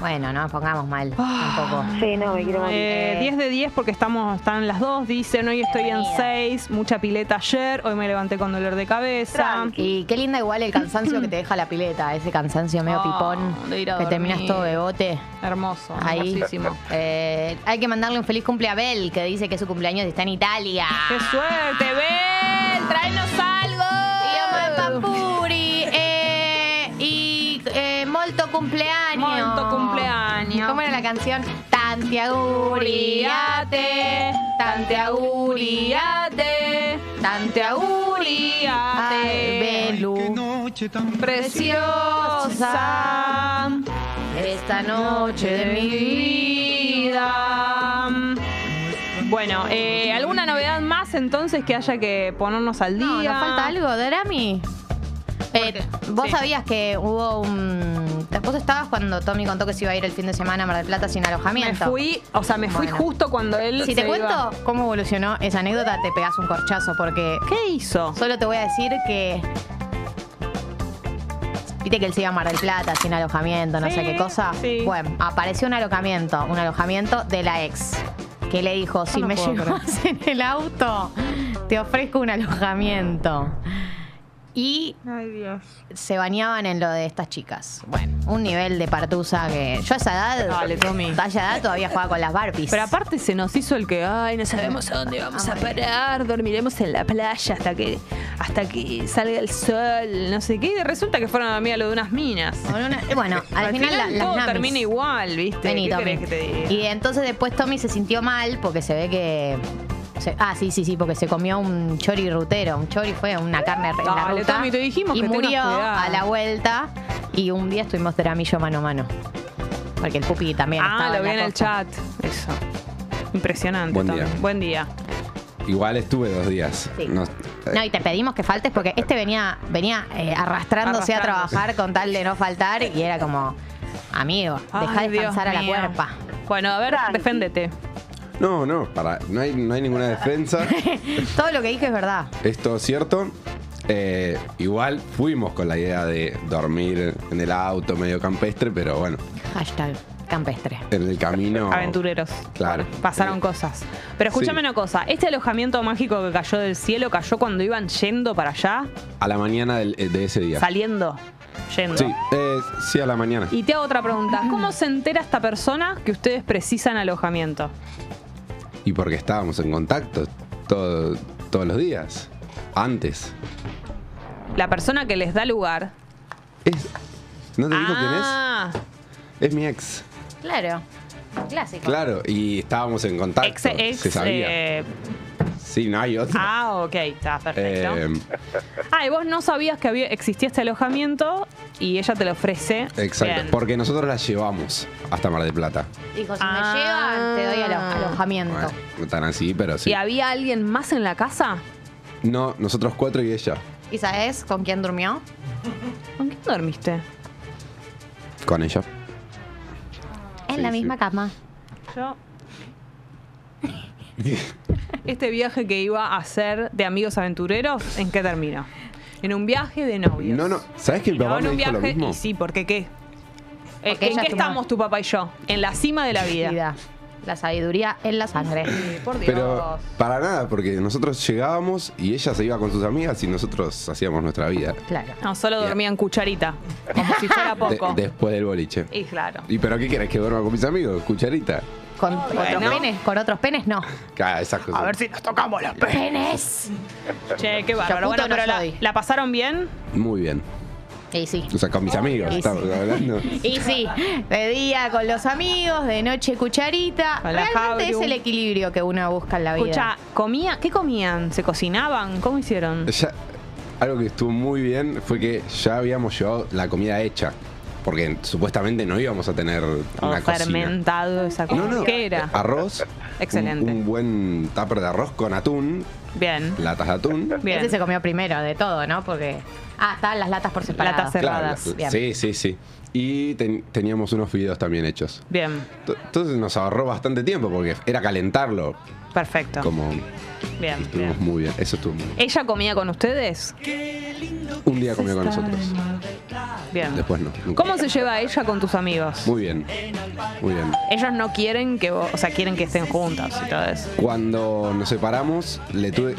S2: Bueno, no nos pongamos mal tampoco.
S1: Ah.
S6: Sí, no, me quiero morir.
S1: Eh, 10 de 10 porque estamos, están las dos, dicen, hoy estoy en 6, mucha pileta ayer, hoy me levanté con dolor de cabeza.
S2: Y qué linda igual el cansancio que te deja la pileta, ese cansancio
S1: Ah,
S2: medio pipón
S1: de ir a
S2: que terminas
S1: dormir.
S2: todo bebote.
S1: Hermoso,
S2: Ahí.
S1: hermosísimo.
S2: Eh, hay que mandarle un feliz cumple a Bel, que dice que su cumpleaños está en Italia.
S1: ¡Qué suerte, Bel! ¡Tráenos
S2: Y
S1: algo!
S2: Pampuri. Eh, y eh, molto cumpleaños.
S1: Molto cumpleaños.
S2: ¿Cómo era la canción? Tanti auguriate,
S1: Uriate,
S2: tanti
S1: tante
S2: auguri,
S1: aguriate,
S2: tanti auguri.
S1: aguriate.
S2: Ay, Belu,
S1: Preciosa
S2: esta noche de mi vida.
S1: vida. Bueno, eh, ¿alguna novedad más entonces que haya que ponernos al día?
S2: No, nos falta algo, Drami. Eh, vos
S1: Sí.
S2: sabías que hubo un. Vos estabas cuando Tommy contó que se iba a ir el fin de semana a Mar del Plata sin
S1: Me
S2: alojamiento.
S1: fui, o sea, me fui
S2: Bueno.
S1: justo cuando él.
S2: Si te
S1: se
S2: cuento
S1: iba.
S2: cómo evolucionó esa anécdota, te pegas un corchazo porque
S1: ¿Qué hizo?
S2: solo te voy a decir que. Viste que él se iba a Mar del Plata sin alojamiento, no
S1: Sí,
S2: sé qué cosa.
S1: sí.
S2: Bueno, apareció un alojamiento, un alojamiento de la ex, que le dijo, si
S1: no
S2: me
S1: puedo
S2: llevas en el auto, te ofrezco un alojamiento. Y
S1: Ay, Dios.
S2: se bañaban en lo de estas chicas. Bueno, un nivel de partusa que. Yo a esa edad.
S1: Dale, Tommy.
S2: A esa edad todavía jugaba con las Barbies.
S1: Pero aparte se nos hizo el que, ay, no sabemos a dónde vamos a parar, dormiremos en la playa hasta que hasta que salga el sol, no sé qué. Y resulta que fueron a mí a lo de unas minas.
S2: Con una- bueno, al, final, la- las
S1: todo
S2: namis.
S1: termina igual, ¿viste?
S2: Vení,
S1: ¿Qué
S2: Tommy.
S1: querés que te diga?
S2: Y entonces después Tommy se sintió mal porque se ve que. se- ah, sí, sí, sí, porque se comió un chori rutero. Un chori fue una carne re- en la
S1: Dale,
S2: ruta.
S1: Tommy, te dijimos
S2: y
S1: que tengas
S2: murió
S1: cuidado.
S2: a la vuelta. Y un día estuvimos teramillo mano a mano. Porque el pupi también
S1: ah,
S2: estaba
S1: lo vi
S2: la
S1: en el chat.
S2: costa.
S1: Eso. Impresionante,
S7: Buen
S1: Tommy.
S7: día.
S1: Buen día.
S7: Igual estuve dos días.
S2: Sí.
S7: No-
S2: No, y te pedimos que faltes porque este venía, venía eh, arrastrándose a
S1: Arrastrándose.
S2: trabajar con tal de no faltar y era como, amigo, dejá
S1: Ay, Dios
S2: descansar a la
S1: mío.
S2: cuerpa.
S1: Bueno, a ver,
S6: Tranqui.
S1: deféndete.
S7: no, no, para, no, hay, no hay ninguna defensa.
S2: Todo lo que dije es verdad.
S7: Esto es cierto. Eh, igual fuimos con la idea de dormir en el auto medio campestre, pero bueno,
S2: Hashtag campestre.
S7: en el camino.
S1: Aventureros.
S7: Oh. Claro. Eh.
S1: Bueno, pasaron cosas. Pero escúchame
S7: Sí.
S1: una cosa. Este alojamiento mágico que cayó del cielo, ¿cayó cuando iban yendo para allá?
S7: A la mañana del- eh, de ese día.
S1: Saliendo. Yendo.
S7: Sí, eh, sí, a la mañana.
S1: Y te hago otra pregunta. ¿Cómo se entera esta persona que ustedes precisan alojamiento?
S7: Y porque estábamos en contacto todo- todos los días. Antes.
S1: La persona que les da lugar.
S7: Es- ¿No te digo
S1: ah,
S7: quién es? Es mi ex.
S2: Claro, clásico.
S7: Claro, y estábamos en contacto.
S1: Ex, ex,
S7: Ah, se sabía.
S1: eh,
S7: Sí, no hay otro.
S1: ah, ok, está perfecto.
S7: Eh,
S1: Ah, y vos no sabías que había, existía este alojamiento y ella te lo ofrece.
S7: exacto.
S1: Bien.
S7: Porque nosotros la llevamos hasta Mar del Plata.
S2: Dijo, si
S1: Ah.
S2: me llevan, te doy alo- alojamiento.
S7: Bueno, no tan así, pero sí.
S1: ¿Y había alguien más en la casa?
S7: No, nosotros cuatro y ella.
S2: ¿Y sabes con quién durmió?
S1: ¿Con quién dormiste?
S7: Con ella.
S2: En
S7: Sí,
S2: la
S7: sí.
S2: misma cama.
S1: Yo. Este viaje que iba a hacer de amigos aventureros, ¿en qué terminó? En un viaje de novios.
S7: No, no. ¿Sabes que mi
S1: No,
S7: papá
S1: en
S7: me
S1: un
S7: dijo lo
S1: viaje.
S7: mismo?
S1: Y sí, porque qué. Eh,
S2: Porque
S1: ¿En
S2: ella
S1: qué
S2: es tu
S1: estamos tu papá y yo? En la cima de la vida.
S2: Vida. La sabiduría en la sangre.
S1: Por Dios.
S7: Pero para nada, porque nosotros llegábamos y ella se iba con sus amigas y nosotros hacíamos nuestra vida.
S2: Claro.
S1: No, solo dormían cucharita. Como si fuera
S7: De-
S1: poco.
S7: después del boliche.
S1: Y claro.
S7: ¿Y pero qué querés que duerma con mis amigos? ¿Cucharita?
S2: Con otros
S1: bueno.
S2: penes, con otros penes no.
S7: Claro, esas cosas.
S5: si nos tocamos los pelos.
S2: ¡Penes!
S1: Che, qué bárbaro.
S2: Yo
S1: Bueno,
S2: puto no
S1: pero la,
S2: soy.
S1: la pasaron bien.
S7: Muy bien.
S2: Y sí.
S7: O sea, con mis amigos,
S2: sí.
S7: estamos hablando.
S2: Y sí, de día con los amigos, de noche cucharita.
S1: Con la
S2: Realmente
S1: Fabru.
S2: es el equilibrio que uno busca en la vida.
S1: Escucha, comía, ¿qué comían? ¿Se cocinaban? ¿Cómo hicieron?
S7: Ya- algo que estuvo muy bien fue que ya habíamos llevado la comida hecha. Porque supuestamente no íbamos a tener
S1: Todo
S7: una cocina.
S1: fermentado, esa cosa.
S7: No,
S1: Oh,
S7: no. Ah.
S1: ¿Qué era?
S7: Arroz.
S1: Excelente.
S7: Un, un buen tupper de arroz con atún.
S1: Bien.
S7: Latas de atún.
S1: Bien.
S2: Ese se comió primero de todo, ¿no? Porque. Ah, estaban las latas por separado.
S1: Latas cerradas.
S7: Claro,
S2: Bien.
S7: Sí, sí, sí. Y ten- teníamos unos fideos también hechos.
S1: Bien.
S7: T- Entonces nos ahorró bastante tiempo porque era calentarlo.
S1: Perfecto.
S7: Como
S1: Bien.
S7: estuvimos
S1: bien.
S7: muy bien. Eso estuvo muy bien.
S1: ¿Ella comía con ustedes?
S7: Un día comió con nosotros.
S1: Bien.
S7: Después no. nunca.
S1: ¿Cómo se lleva ella con tus amigos?
S7: Muy bien. Muy bien.
S1: Ellos no quieren que vos, o sea, quieren que estén juntos y todo eso.
S7: Cuando nos separamos, le tuve.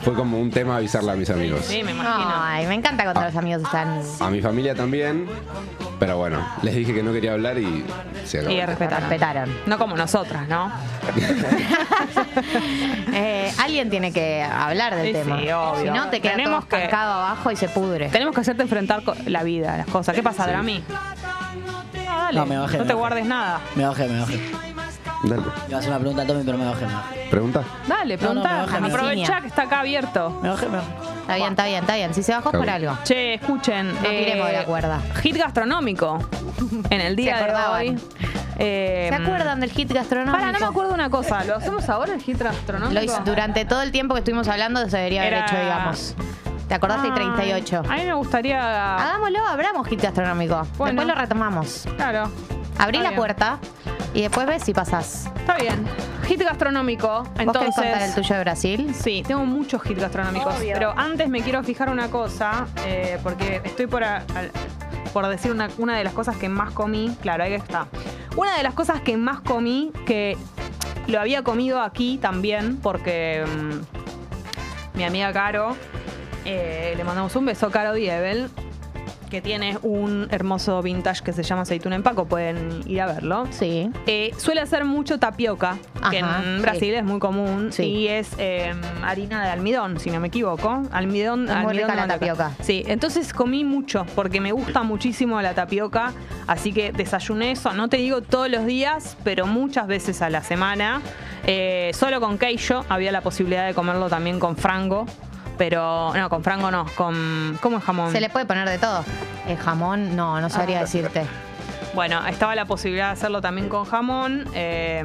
S7: Fue como un tema avisarle a mis amigos.
S1: Sí, me imagino.
S2: Ay, me encanta cuando los amigos están.
S7: A mi familia también. Pero bueno, les dije que no quería hablar y se acabó.
S1: Y
S2: se
S1: respetaron.
S2: respetaron.
S1: No como nosotras, ¿no?
S2: Eh, alguien tiene que hablar del
S1: Sí,
S2: tema.
S1: sí, obvio.
S2: Si no, te quedas
S1: Tenemos
S2: todo
S1: que-
S2: cascado abajo y se pudre.
S1: Tenemos que hacerte enfrentar co- la vida, las cosas. ¿Qué pasa,
S7: Sí.
S1: Drami? Ah, dale.
S3: No, me bajé,
S1: No
S3: me
S1: te
S3: bajé.
S1: guardes nada.
S3: Me bajé, me bajé.
S7: Dale.
S3: Iba a hacer una pregunta a Tommy, pero me bajé, me bajé.
S7: Pregunta.
S1: Dale,
S3: No, no, me
S1: preguntá.
S3: bajé, me bajé.
S1: Aprovecha que está acá abierto.
S3: Me bajé, me bajé.
S2: Está bien, está bien, está bien. Si se bajó es por algo.
S1: Che, escuchen. eh,
S2: No tiremos de la cuerda.
S1: Hit gastronómico. En el día de
S2: acordaban.
S1: hoy. Eh,
S2: ¿Se acuerdan del hit gastronómico?
S1: Para, no me acuerdo una cosa. ¿Lo hacemos ahora el hit gastronómico?
S2: Lo hizo durante todo el tiempo que estuvimos hablando, se debería haber
S1: Era-
S2: hecho, digamos. ¿Te acordás del 38?
S1: Ay, Ah, A mí me gustaría.
S2: Hagámoslo, abramos hit gastronómico.
S1: Bueno.
S2: Después lo retomamos.
S1: Claro.
S2: Abrí
S1: Está
S2: la
S1: bien.
S2: puerta y después ves si pasás.
S1: Está bien. Hit gastronómico.
S2: ¿Vos querés contar el
S1: Entonces.
S2: tuyo de Brasil?
S1: Sí, tengo muchos hits gastronómicos.
S6: Obvio.
S1: Pero antes me quiero fijar una cosa, eh, porque estoy por, a- al- por decir una, una de las cosas que más comí. Claro, ahí está. Una de las cosas que más comí, que lo había comido aquí también, porque mm, mi amiga Caro Eh, le mandamos un beso a Caro Diebel, que tiene un hermoso vintage que se llama Aceituna en Paco. Pueden ir a verlo.
S2: Sí.
S1: Eh, suele hacer mucho tapioca, que
S2: Ajá,
S1: en
S2: sí.
S1: Brasil es muy común.
S2: Sí.
S1: Y es eh, harina de almidón, si no me equivoco. Almidón,
S2: Es muy
S1: almidón
S2: rica
S1: de
S2: la
S1: mandioca.
S2: tapioca.
S1: Sí, entonces comí mucho, porque me gusta muchísimo la tapioca. Así que desayuné eso. No te digo todos los días, pero muchas veces a la semana. Eh, solo con queijo había la posibilidad de comerlo también con frango. Pero no, con frango no, con. ¿Cómo es jamón?
S2: Se le puede poner de todo. El jamón, no, no
S1: Ah.
S2: sabría decirte.
S1: Bueno, estaba la posibilidad de hacerlo también con jamón. eh,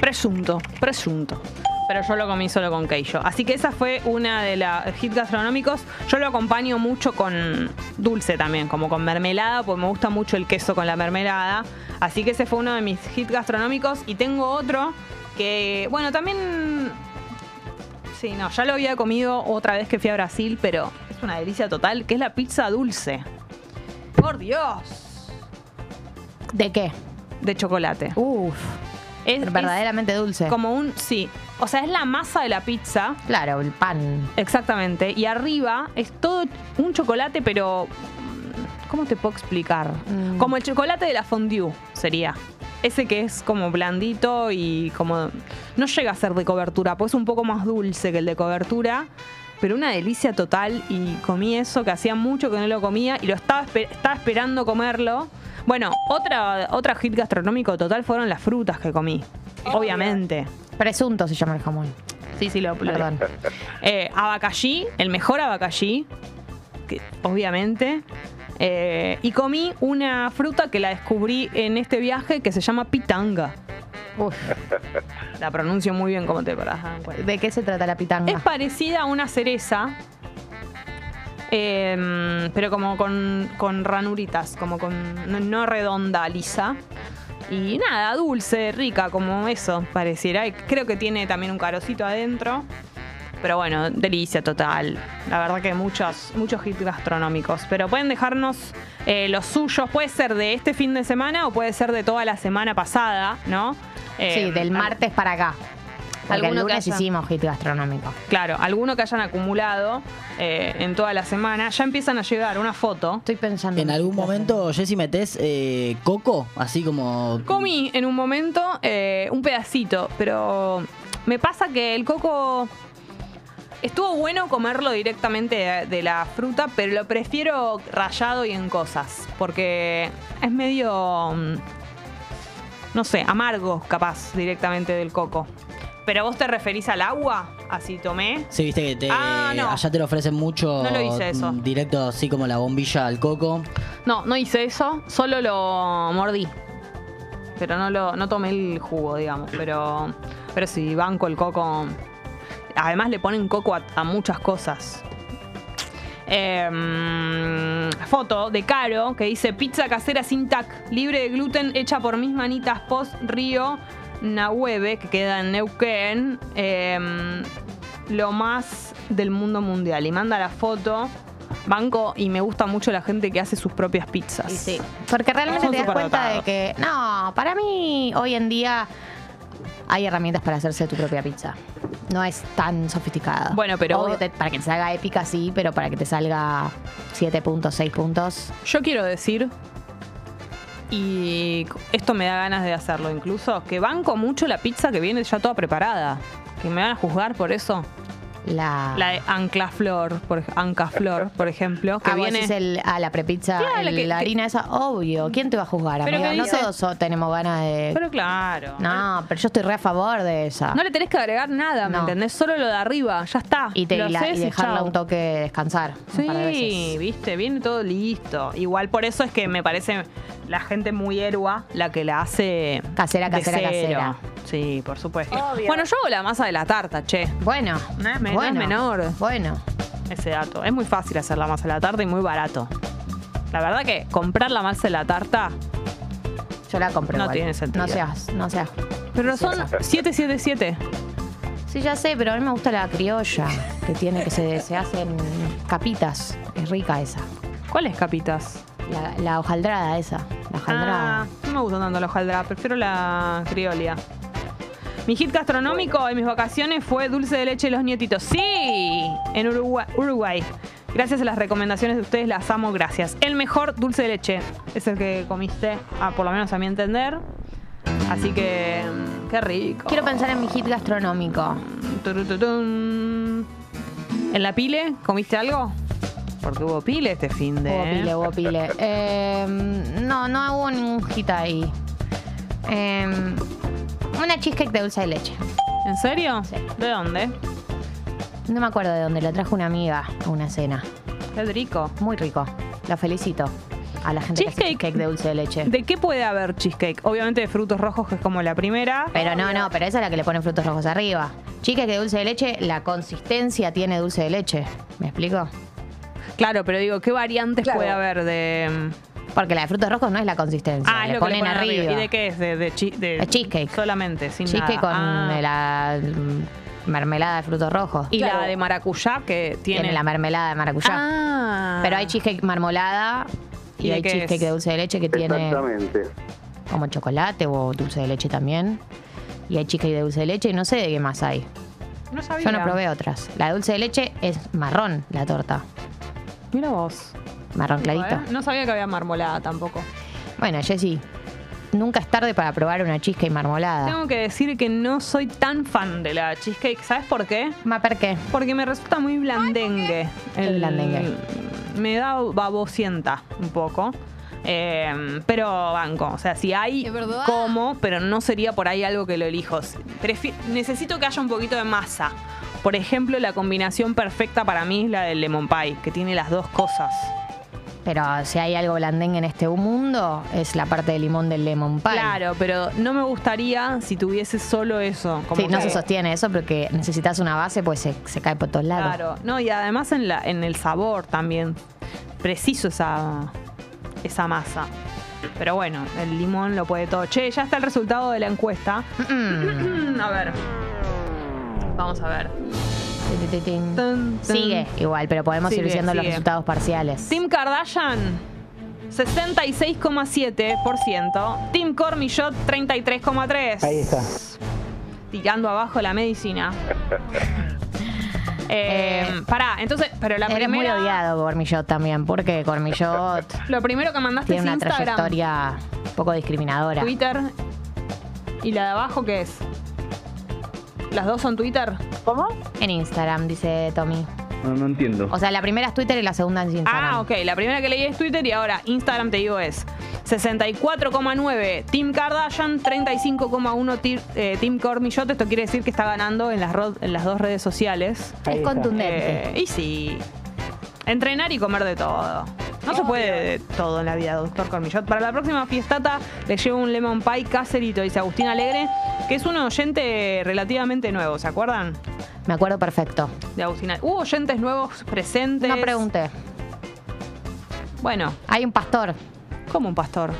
S1: presunto, presunto. Pero yo lo comí solo con queijo. Así que esa fue una de las hits gastronómicos. Yo lo acompaño mucho con dulce también, como con mermelada, porque me gusta mucho el queso con la mermelada. Así que ese fue uno de mis hits gastronómicos. Y tengo otro que, bueno, también Sí, no, ya lo había comido otra vez que fui a Brasil, pero es una delicia total, que es la pizza dulce. Por Dios.
S2: ¿De qué?
S1: De chocolate.
S2: Uf.
S1: Es, es
S2: verdaderamente dulce.
S1: como un, sí. O sea, es la masa de la pizza,
S2: Claro, el pan.
S1: exactamente, y arriba es todo un chocolate, pero mm, ¿cómo te puedo explicar?
S2: Mm.
S1: Como el chocolate de la fondue sería. Ese que es como blandito y como no llega a ser de cobertura, pues es un poco más dulce que el de cobertura, pero una delicia total y comí eso que hacía mucho que no lo comía y lo estaba, espe- estaba esperando comerlo. Bueno, otra otra hit gastronómico total fueron las frutas que comí. Obviamente.
S2: Presunto se llama el jamón.
S1: Sí, sí, lo, lo-
S2: Perdón.
S1: eh, abacallí, el mejor abacallí, que- obviamente. Eh, y comí una fruta que la descubrí en este viaje que se llama pitanga.
S2: Uf.
S1: La pronuncio muy bien como te pues. podrás dar cuenta.
S2: ¿De qué se trata la pitanga?
S1: Es parecida a una cereza, em, pero como con, con ranuritas, como con no, no redonda, lisa. Y nada, dulce, rica, como eso pareciera. Y creo que tiene también un carocito adentro. Pero bueno, delicia total. La verdad que muchos, muchos hits gastronómicos. Pero pueden dejarnos eh, los suyos. Puede ser de este fin de semana o puede ser de toda la semana pasada, ¿no?
S2: sí,
S1: Em,
S2: del martes para acá. Porque el
S1: alguno que
S2: lunes
S1: haya-
S2: hicimos hit gastronómico.
S1: Claro, alguno que hayan acumulado eh, en toda la semana. Ya empiezan a llegar una foto.
S2: Estoy pensando.
S3: En algún
S2: qué hacer.
S3: momento, Jessy, metés eh, coco, así como.
S1: Comí en un momento eh, un pedacito, pero me pasa que el coco... Estuvo bueno comerlo directamente de, de la fruta, pero lo prefiero rallado y en cosas, porque es medio, mm, no sé, amargo capaz directamente del coco. Pero vos te referís al agua, así tomé.
S3: Sí, viste que te,
S1: Ah, no.
S3: allá te lo ofrecen mucho.
S1: No lo hice eso.
S3: mm, Directo, así como la bombilla al coco.
S1: No, no hice eso, solo lo mordí. Pero no lo no tomé el jugo, digamos, pero pero sí banco el coco. Además le ponen coco a, a muchas cosas. Em, foto de Caro que dice pizza casera sin tac, libre de gluten, hecha por mis manitas post Río Nahueve, que queda en Neuquén. Em, lo más del mundo mundial. Y manda la foto. Banco y me gusta mucho la gente que hace sus propias pizzas.
S2: Y sí. Porque realmente
S1: Son
S2: te das cuenta de
S1: superdotados.
S2: que. No, para mí, hoy en día hay herramientas para hacerse tu propia pizza. No es tan sofisticada.
S1: Bueno, pero-
S2: Obvio, te- para que te salga épica, sí, pero para que te salga 7 puntos, 6 puntos.
S1: Yo quiero decir, y esto me da ganas de hacerlo incluso, que banco mucho la pizza que viene ya toda preparada. Que me van a juzgar por eso.
S2: La.
S1: La de Anclaflor, por, ej- Ancaflor, por ejemplo, que
S2: Ah, vos
S1: viene...
S2: decís el- a la prepizza,
S1: Claro,
S2: el-
S1: que-
S2: la
S1: que-
S2: harina esa, obvio. ¿Quién te va a juzgar,
S1: Pero
S2: amigo?
S1: que
S2: No
S1: dice-
S2: todos so- tenemos ganas de.
S1: Pero claro.
S2: no, pero yo estoy re a favor de esa.
S1: No le tenés que agregar nada, ¿me
S2: No.
S1: entendés? Solo lo de arriba, ya está.
S2: y, te,
S1: Lo
S2: y la- y
S1: hacés
S2: dejarla
S1: chau.
S2: un toque descansar. un par de
S1: Sí,
S2: veces.
S1: viste, viene todo listo. Igual por eso es que me parece la gente muy héroa la que la hace.
S2: Casera,
S1: de
S2: casera,
S1: cero.
S2: casera.
S1: Sí, por supuesto.
S6: Obvio.
S1: Bueno, yo hago la masa de la tarta, che.
S2: Bueno,
S1: No es men- no es
S2: bueno,
S1: menor.
S2: Bueno,
S1: Ese dato. Es muy fácil hacer la masa de la tarta y muy barato. La verdad que comprar la masa de la tarta,
S2: yo la compré.
S1: No
S2: igual.
S1: tiene sentido.
S2: No seas, no seas.
S1: pero son 777.
S2: Sí, ya sé, pero a mí me gusta la criolla, que tiene que se, se hacen capitas. Es rica esa.
S1: ¿Cuáles capitas?
S2: La, la hojaldrada esa. La hojaldrada.
S1: Ah, no me gusta tanto la hojaldra, prefiero la criolia. Mi hit gastronómico en mis vacaciones fue dulce de leche y los nietitos. Sí, en Uruguay. Uruguay. Gracias a las recomendaciones de ustedes, las amo, gracias. El mejor dulce de leche es el que comiste, ah, por lo menos a mi entender. Así que, mm, qué rico.
S2: Quiero pensar en mi hit gastronómico.
S1: Turututun. ¿En la pile comiste algo? Porque hubo pile este fin de.
S2: Hubo pile, hubo pile. Eh, no, no hubo ningún hit ahí. Eh, una cheesecake de dulce de leche.
S1: ¿En serio?
S2: Sí.
S1: ¿De dónde?
S2: No me acuerdo de dónde, la trajo una amiga a una cena.
S1: Qué rico.
S2: Muy rico. La felicito a la gente que hace
S1: Cheesecake.
S2: cheesecake de dulce de leche.
S1: ¿De qué puede haber cheesecake? Obviamente de frutos rojos, que es como la primera.
S2: Pero no, no, pero esa es la que le ponen frutos rojos arriba. Chica que dulce de leche, la consistencia tiene dulce de leche. ¿Me explico?
S1: Claro, pero digo, ¿qué variantes
S6: Claro.
S1: puede haber de. mm,
S2: Porque la de frutos rojos no es la consistencia.
S1: Ah, es
S2: le
S1: lo que
S2: ponen
S1: le ponen
S2: arriba.
S1: ¿Y de qué es? De, de chi- de-
S2: Es cheesecake.
S1: Solamente, sin
S2: Cheesecake con
S1: nada. Ah.
S2: la mm, mermelada de frutos rojos.
S1: Y
S6: Claro.
S1: la de maracuyá que tiene.
S2: tiene, la mermelada de maracuyá.
S1: Ah.
S2: Pero hay cheesecake marmolada y,
S1: ¿Y de
S2: hay
S1: qué
S2: cheesecake
S1: es?
S2: de dulce de leche que tiene
S8: Exactamente.
S2: como chocolate o dulce de leche también. Y hay cheesecake de dulce de leche y no sé de qué más hay.
S1: No sabía.
S2: Yo no probé otras. La de dulce de leche es marrón, la torta.
S1: Mira vos.
S2: Marrón clarito.
S1: ¿Eh? No sabía que había marmolada tampoco.
S2: Bueno, Jessy, nunca es tarde para probar una cheesecake marmolada.
S1: Tengo que decir que no soy tan fan de la cheesecake. ¿Sabes por qué?
S2: Ma, ¿por qué?
S1: Porque me resulta muy blandengue.
S2: Qué blandengue.
S1: Me da babosienta un poco. Eh, pero banco, o sea, si hay
S9: Es verdad.
S1: como, pero no sería por ahí algo que lo elijo. Prefi- necesito que haya un poquito de masa. Por ejemplo, la combinación perfecta para mí es la del lemon pie, que tiene las dos cosas.
S2: Pero si hay algo blandengue en este mundo, es la parte de limón del lemon pie.
S1: Claro, pero no me gustaría si tuviese solo eso. Como
S2: Sí, no
S1: que-
S2: se sostiene eso porque necesitas una base, pues se, se cae por todos lados.
S1: Claro, no, y además en, la, en el sabor también. Preciso esa, esa masa. Pero bueno, el limón lo puede todo. Che, ya está el resultado de la encuesta.
S2: Mm.
S1: A ver. Vamos a ver.
S2: Tin, tin, tin.
S1: Tan, tan.
S2: Sigue igual, pero podemos ir
S1: Sigue,
S2: diciendo los
S1: sigue.
S2: resultados parciales.
S1: Team Kardashian, 66,7%. Team Cormillot, 33,3%.
S8: Ahí está.
S1: Tirando abajo la medicina. Eh, pará, entonces, pero la
S2: Eres
S1: primera.
S2: muy odiado, Cormillot, también, porque Cormillot
S1: Lo primero que mandaste
S2: tiene
S1: es
S2: una
S1: Instagram.
S2: trayectoria un poco discriminadora.
S1: Twitter. ¿Y la de abajo qué es? ¿Las dos son Twitter?
S6: ¿Cómo?
S2: En Instagram, dice Tommy.
S8: No, no entiendo.
S2: O sea, la primera es Twitter y la segunda es Instagram.
S1: Ah, ok. La primera que leí es Twitter y ahora Instagram te digo es 64,9 Team Kardashian, 35,1 ti- eh, Team Cormillot. Esto quiere decir que está ganando en las, ro- en las dos redes sociales.
S8: Ahí
S2: Es
S8: está.
S2: contundente.
S1: Eh, y sí. Entrenar y comer de todo. No se puede de todo en la vida, doctor Cormillot. Para la próxima fiestata le llevo un lemon pie caserito, dice Agustín Alegre, que es un oyente relativamente nuevo, ¿se acuerdan?
S2: Me acuerdo perfecto.
S1: De Agustín Ale- Hubo oyentes nuevos presentes.
S2: No pregunté.
S1: Bueno,
S2: Hay un pastor,
S1: como un pastor.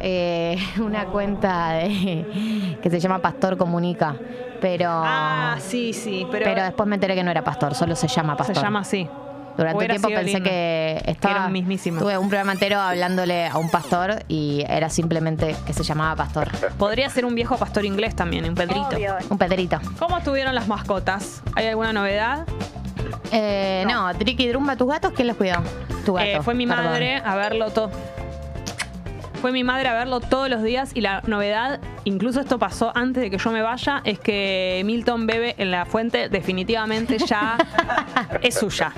S2: eh, una cuenta de- que se llama Pastor Comunica, pero,
S1: Ah, sí, sí, pero,
S2: pero, después me enteré que no era pastor, solo se llama
S1: se
S2: pastor.
S1: llama así.
S2: Durante un
S1: Hubiera
S2: tiempo
S1: sido
S2: pensé
S1: lindo.
S2: que
S1: Que era
S2: estaba
S1: un mismísimo.
S2: Tuve un programa entero hablándole a un pastor y era simplemente que se llamaba pastor.
S1: Podría ser un viejo pastor inglés también, un pedrito.
S6: Obvio.
S2: Un pedrito.
S1: ¿Cómo estuvieron las mascotas? ¿Hay alguna novedad?
S2: Eh, no. Triqui Drumba, tus gatos, ¿quién los cuidó? Tu gato.
S1: Eh, fue mi
S2: perdón.
S1: madre a verlo todo. Fue mi madre a verlo todos los días y la novedad, incluso esto pasó antes de que yo me vaya, es que Milton Bebe en la fuente definitivamente ya es suya.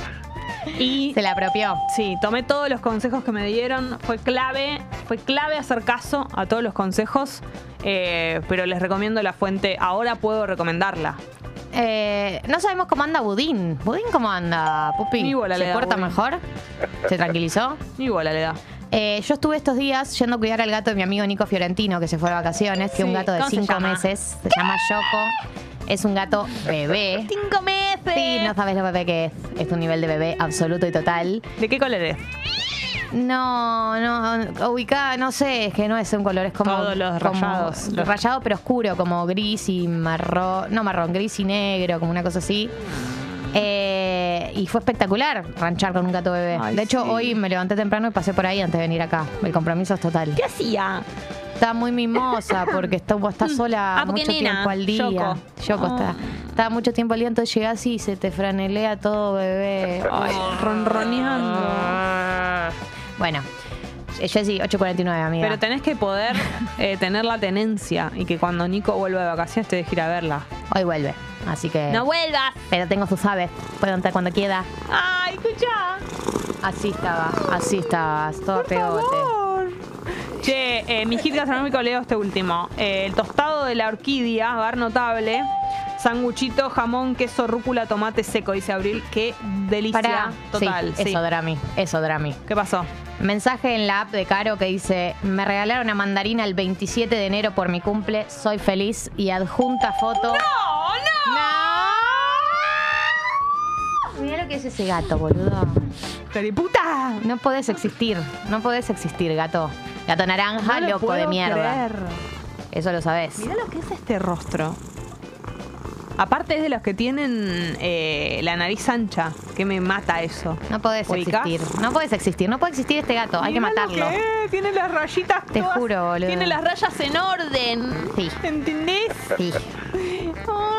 S1: Y
S2: Se la apropió.
S1: sí, tomé todos los consejos que me dieron, fue clave, fue clave hacer caso a todos los consejos, eh, pero les recomiendo la fuente, ahora puedo recomendarla.
S2: Eh, no sabemos cómo anda Budín. ¿Budín cómo anda, Pupi?
S1: Ni bola le
S2: ¿Se
S1: da
S2: porta
S1: Budín.
S2: mejor? ¿Se tranquilizó?
S1: Y bola le da.
S2: Eh, yo estuve estos días yendo a cuidar al gato de mi amigo Nico Fiorentino, que se fue de vacaciones. Tiene un
S1: Sí,
S2: gato de
S1: ¿cómo se
S2: cinco
S1: llama?
S2: meses. Se llama Yoko. Es un gato bebé.
S1: ¡Cinco meses!
S2: Sí, no sabes lo bebé que es. Es un nivel de bebé absoluto y total.
S1: ¿De qué color es?
S2: No, no, ubicada, no sé, es que no es un color, es como.
S1: Todos los
S2: como
S1: rayados, los-
S2: Rayado pero oscuro, como gris y marrón. No marrón, gris y negro, como una cosa así. Eh, y fue espectacular ranchar con un gato bebé.
S1: Ay,
S2: de hecho,
S1: sí.
S2: hoy me levanté temprano y pasé por ahí antes de venir acá. El compromiso es total.
S1: ¿Qué hacía?
S2: Está muy mimosa porque está, está sola
S1: Ah, porque
S2: mucho
S1: nena,
S2: tiempo al día.
S1: Yoko.
S2: Yoko está.
S1: Ah.
S2: Está mucho tiempo al día, entonces llegas y se te franelea todo bebé. Ay,
S1: ronroneando.
S2: Bueno, eh, Jessy, 8.49, amiga.
S1: Pero tenés que poder eh, tener la tenencia y que cuando Nico vuelva de vacaciones te deje ir a verla.
S2: Hoy vuelve, así que...
S1: ¡No vuelvas!
S2: pero tengo sus aves, puedo entrar cuando quiera.
S1: ¡Ay, escuchá!
S2: Así estaba, así estabas, todo
S1: ¡Por
S2: pegote.
S1: favor! Che, eh, mi hit gastronómico leo este último. Eh, el tostado de la orquídea, bar notable. Sanguchito, jamón, queso, rúcula, tomate seco, dice Abril. ¡Qué delicia!
S2: Pará.
S1: Total,
S2: sí,
S1: sí.
S2: Eso, Drami, eso, Drami.
S1: ¿Qué pasó?
S2: Mensaje en la app de Caro que dice, me regalaron una mandarina el 27 de enero por mi cumple, soy feliz y adjunta foto.
S1: ¡Oh, no!
S2: Mira lo que es ese gato, boludo.
S1: ¡Cariputa!
S2: No podés existir, no podés existir, gato. Gato
S1: No
S2: naranja,
S1: lo
S2: loco de
S1: puedo
S2: mierda.
S1: creer.
S2: Eso lo sabés.
S1: Mirá lo que es este rostro. Aparte es de los que tienen eh, la nariz ancha, que me mata eso.
S2: No podés
S1: ¿Ubicás?
S2: existir, no podés existir, no puede existir este gato, hay que
S1: Mirá lo
S2: matarlo.
S1: que es, Tiene las rayitas
S2: Te
S1: todas-
S2: juro, boludo.
S1: Tiene las rayas en orden.
S2: Sí.
S1: ¿Entendés?
S2: Sí.
S1: ¡Oh,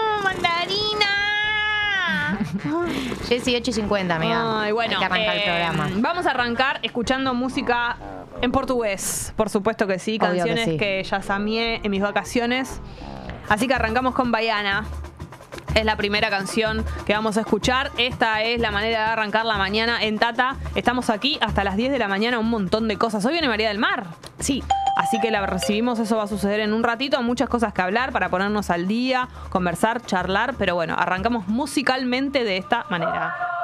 S1: mandarina!
S2: Jessy, 8 y 50, amiga.
S1: Ay, bueno,
S2: Hay que arrancar el
S1: eh,
S2: programa.
S1: vamos a arrancar escuchando música en portugués, por supuesto que sí,
S2: Obvio que
S1: canciones que,
S2: sí.
S1: ya samié en mis vacaciones. Así que arrancamos con Baiana. Es la primera canción que vamos a escuchar. Esta es la manera de arrancar la mañana en Tata. Estamos aquí hasta las 10 de la mañana, un montón de cosas. Hoy viene María del Mar. Sí. Así que la recibimos, eso va a suceder en un ratito. Muchas cosas que hablar para ponernos al día, conversar, charlar. Pero bueno, arrancamos musicalmente de esta manera.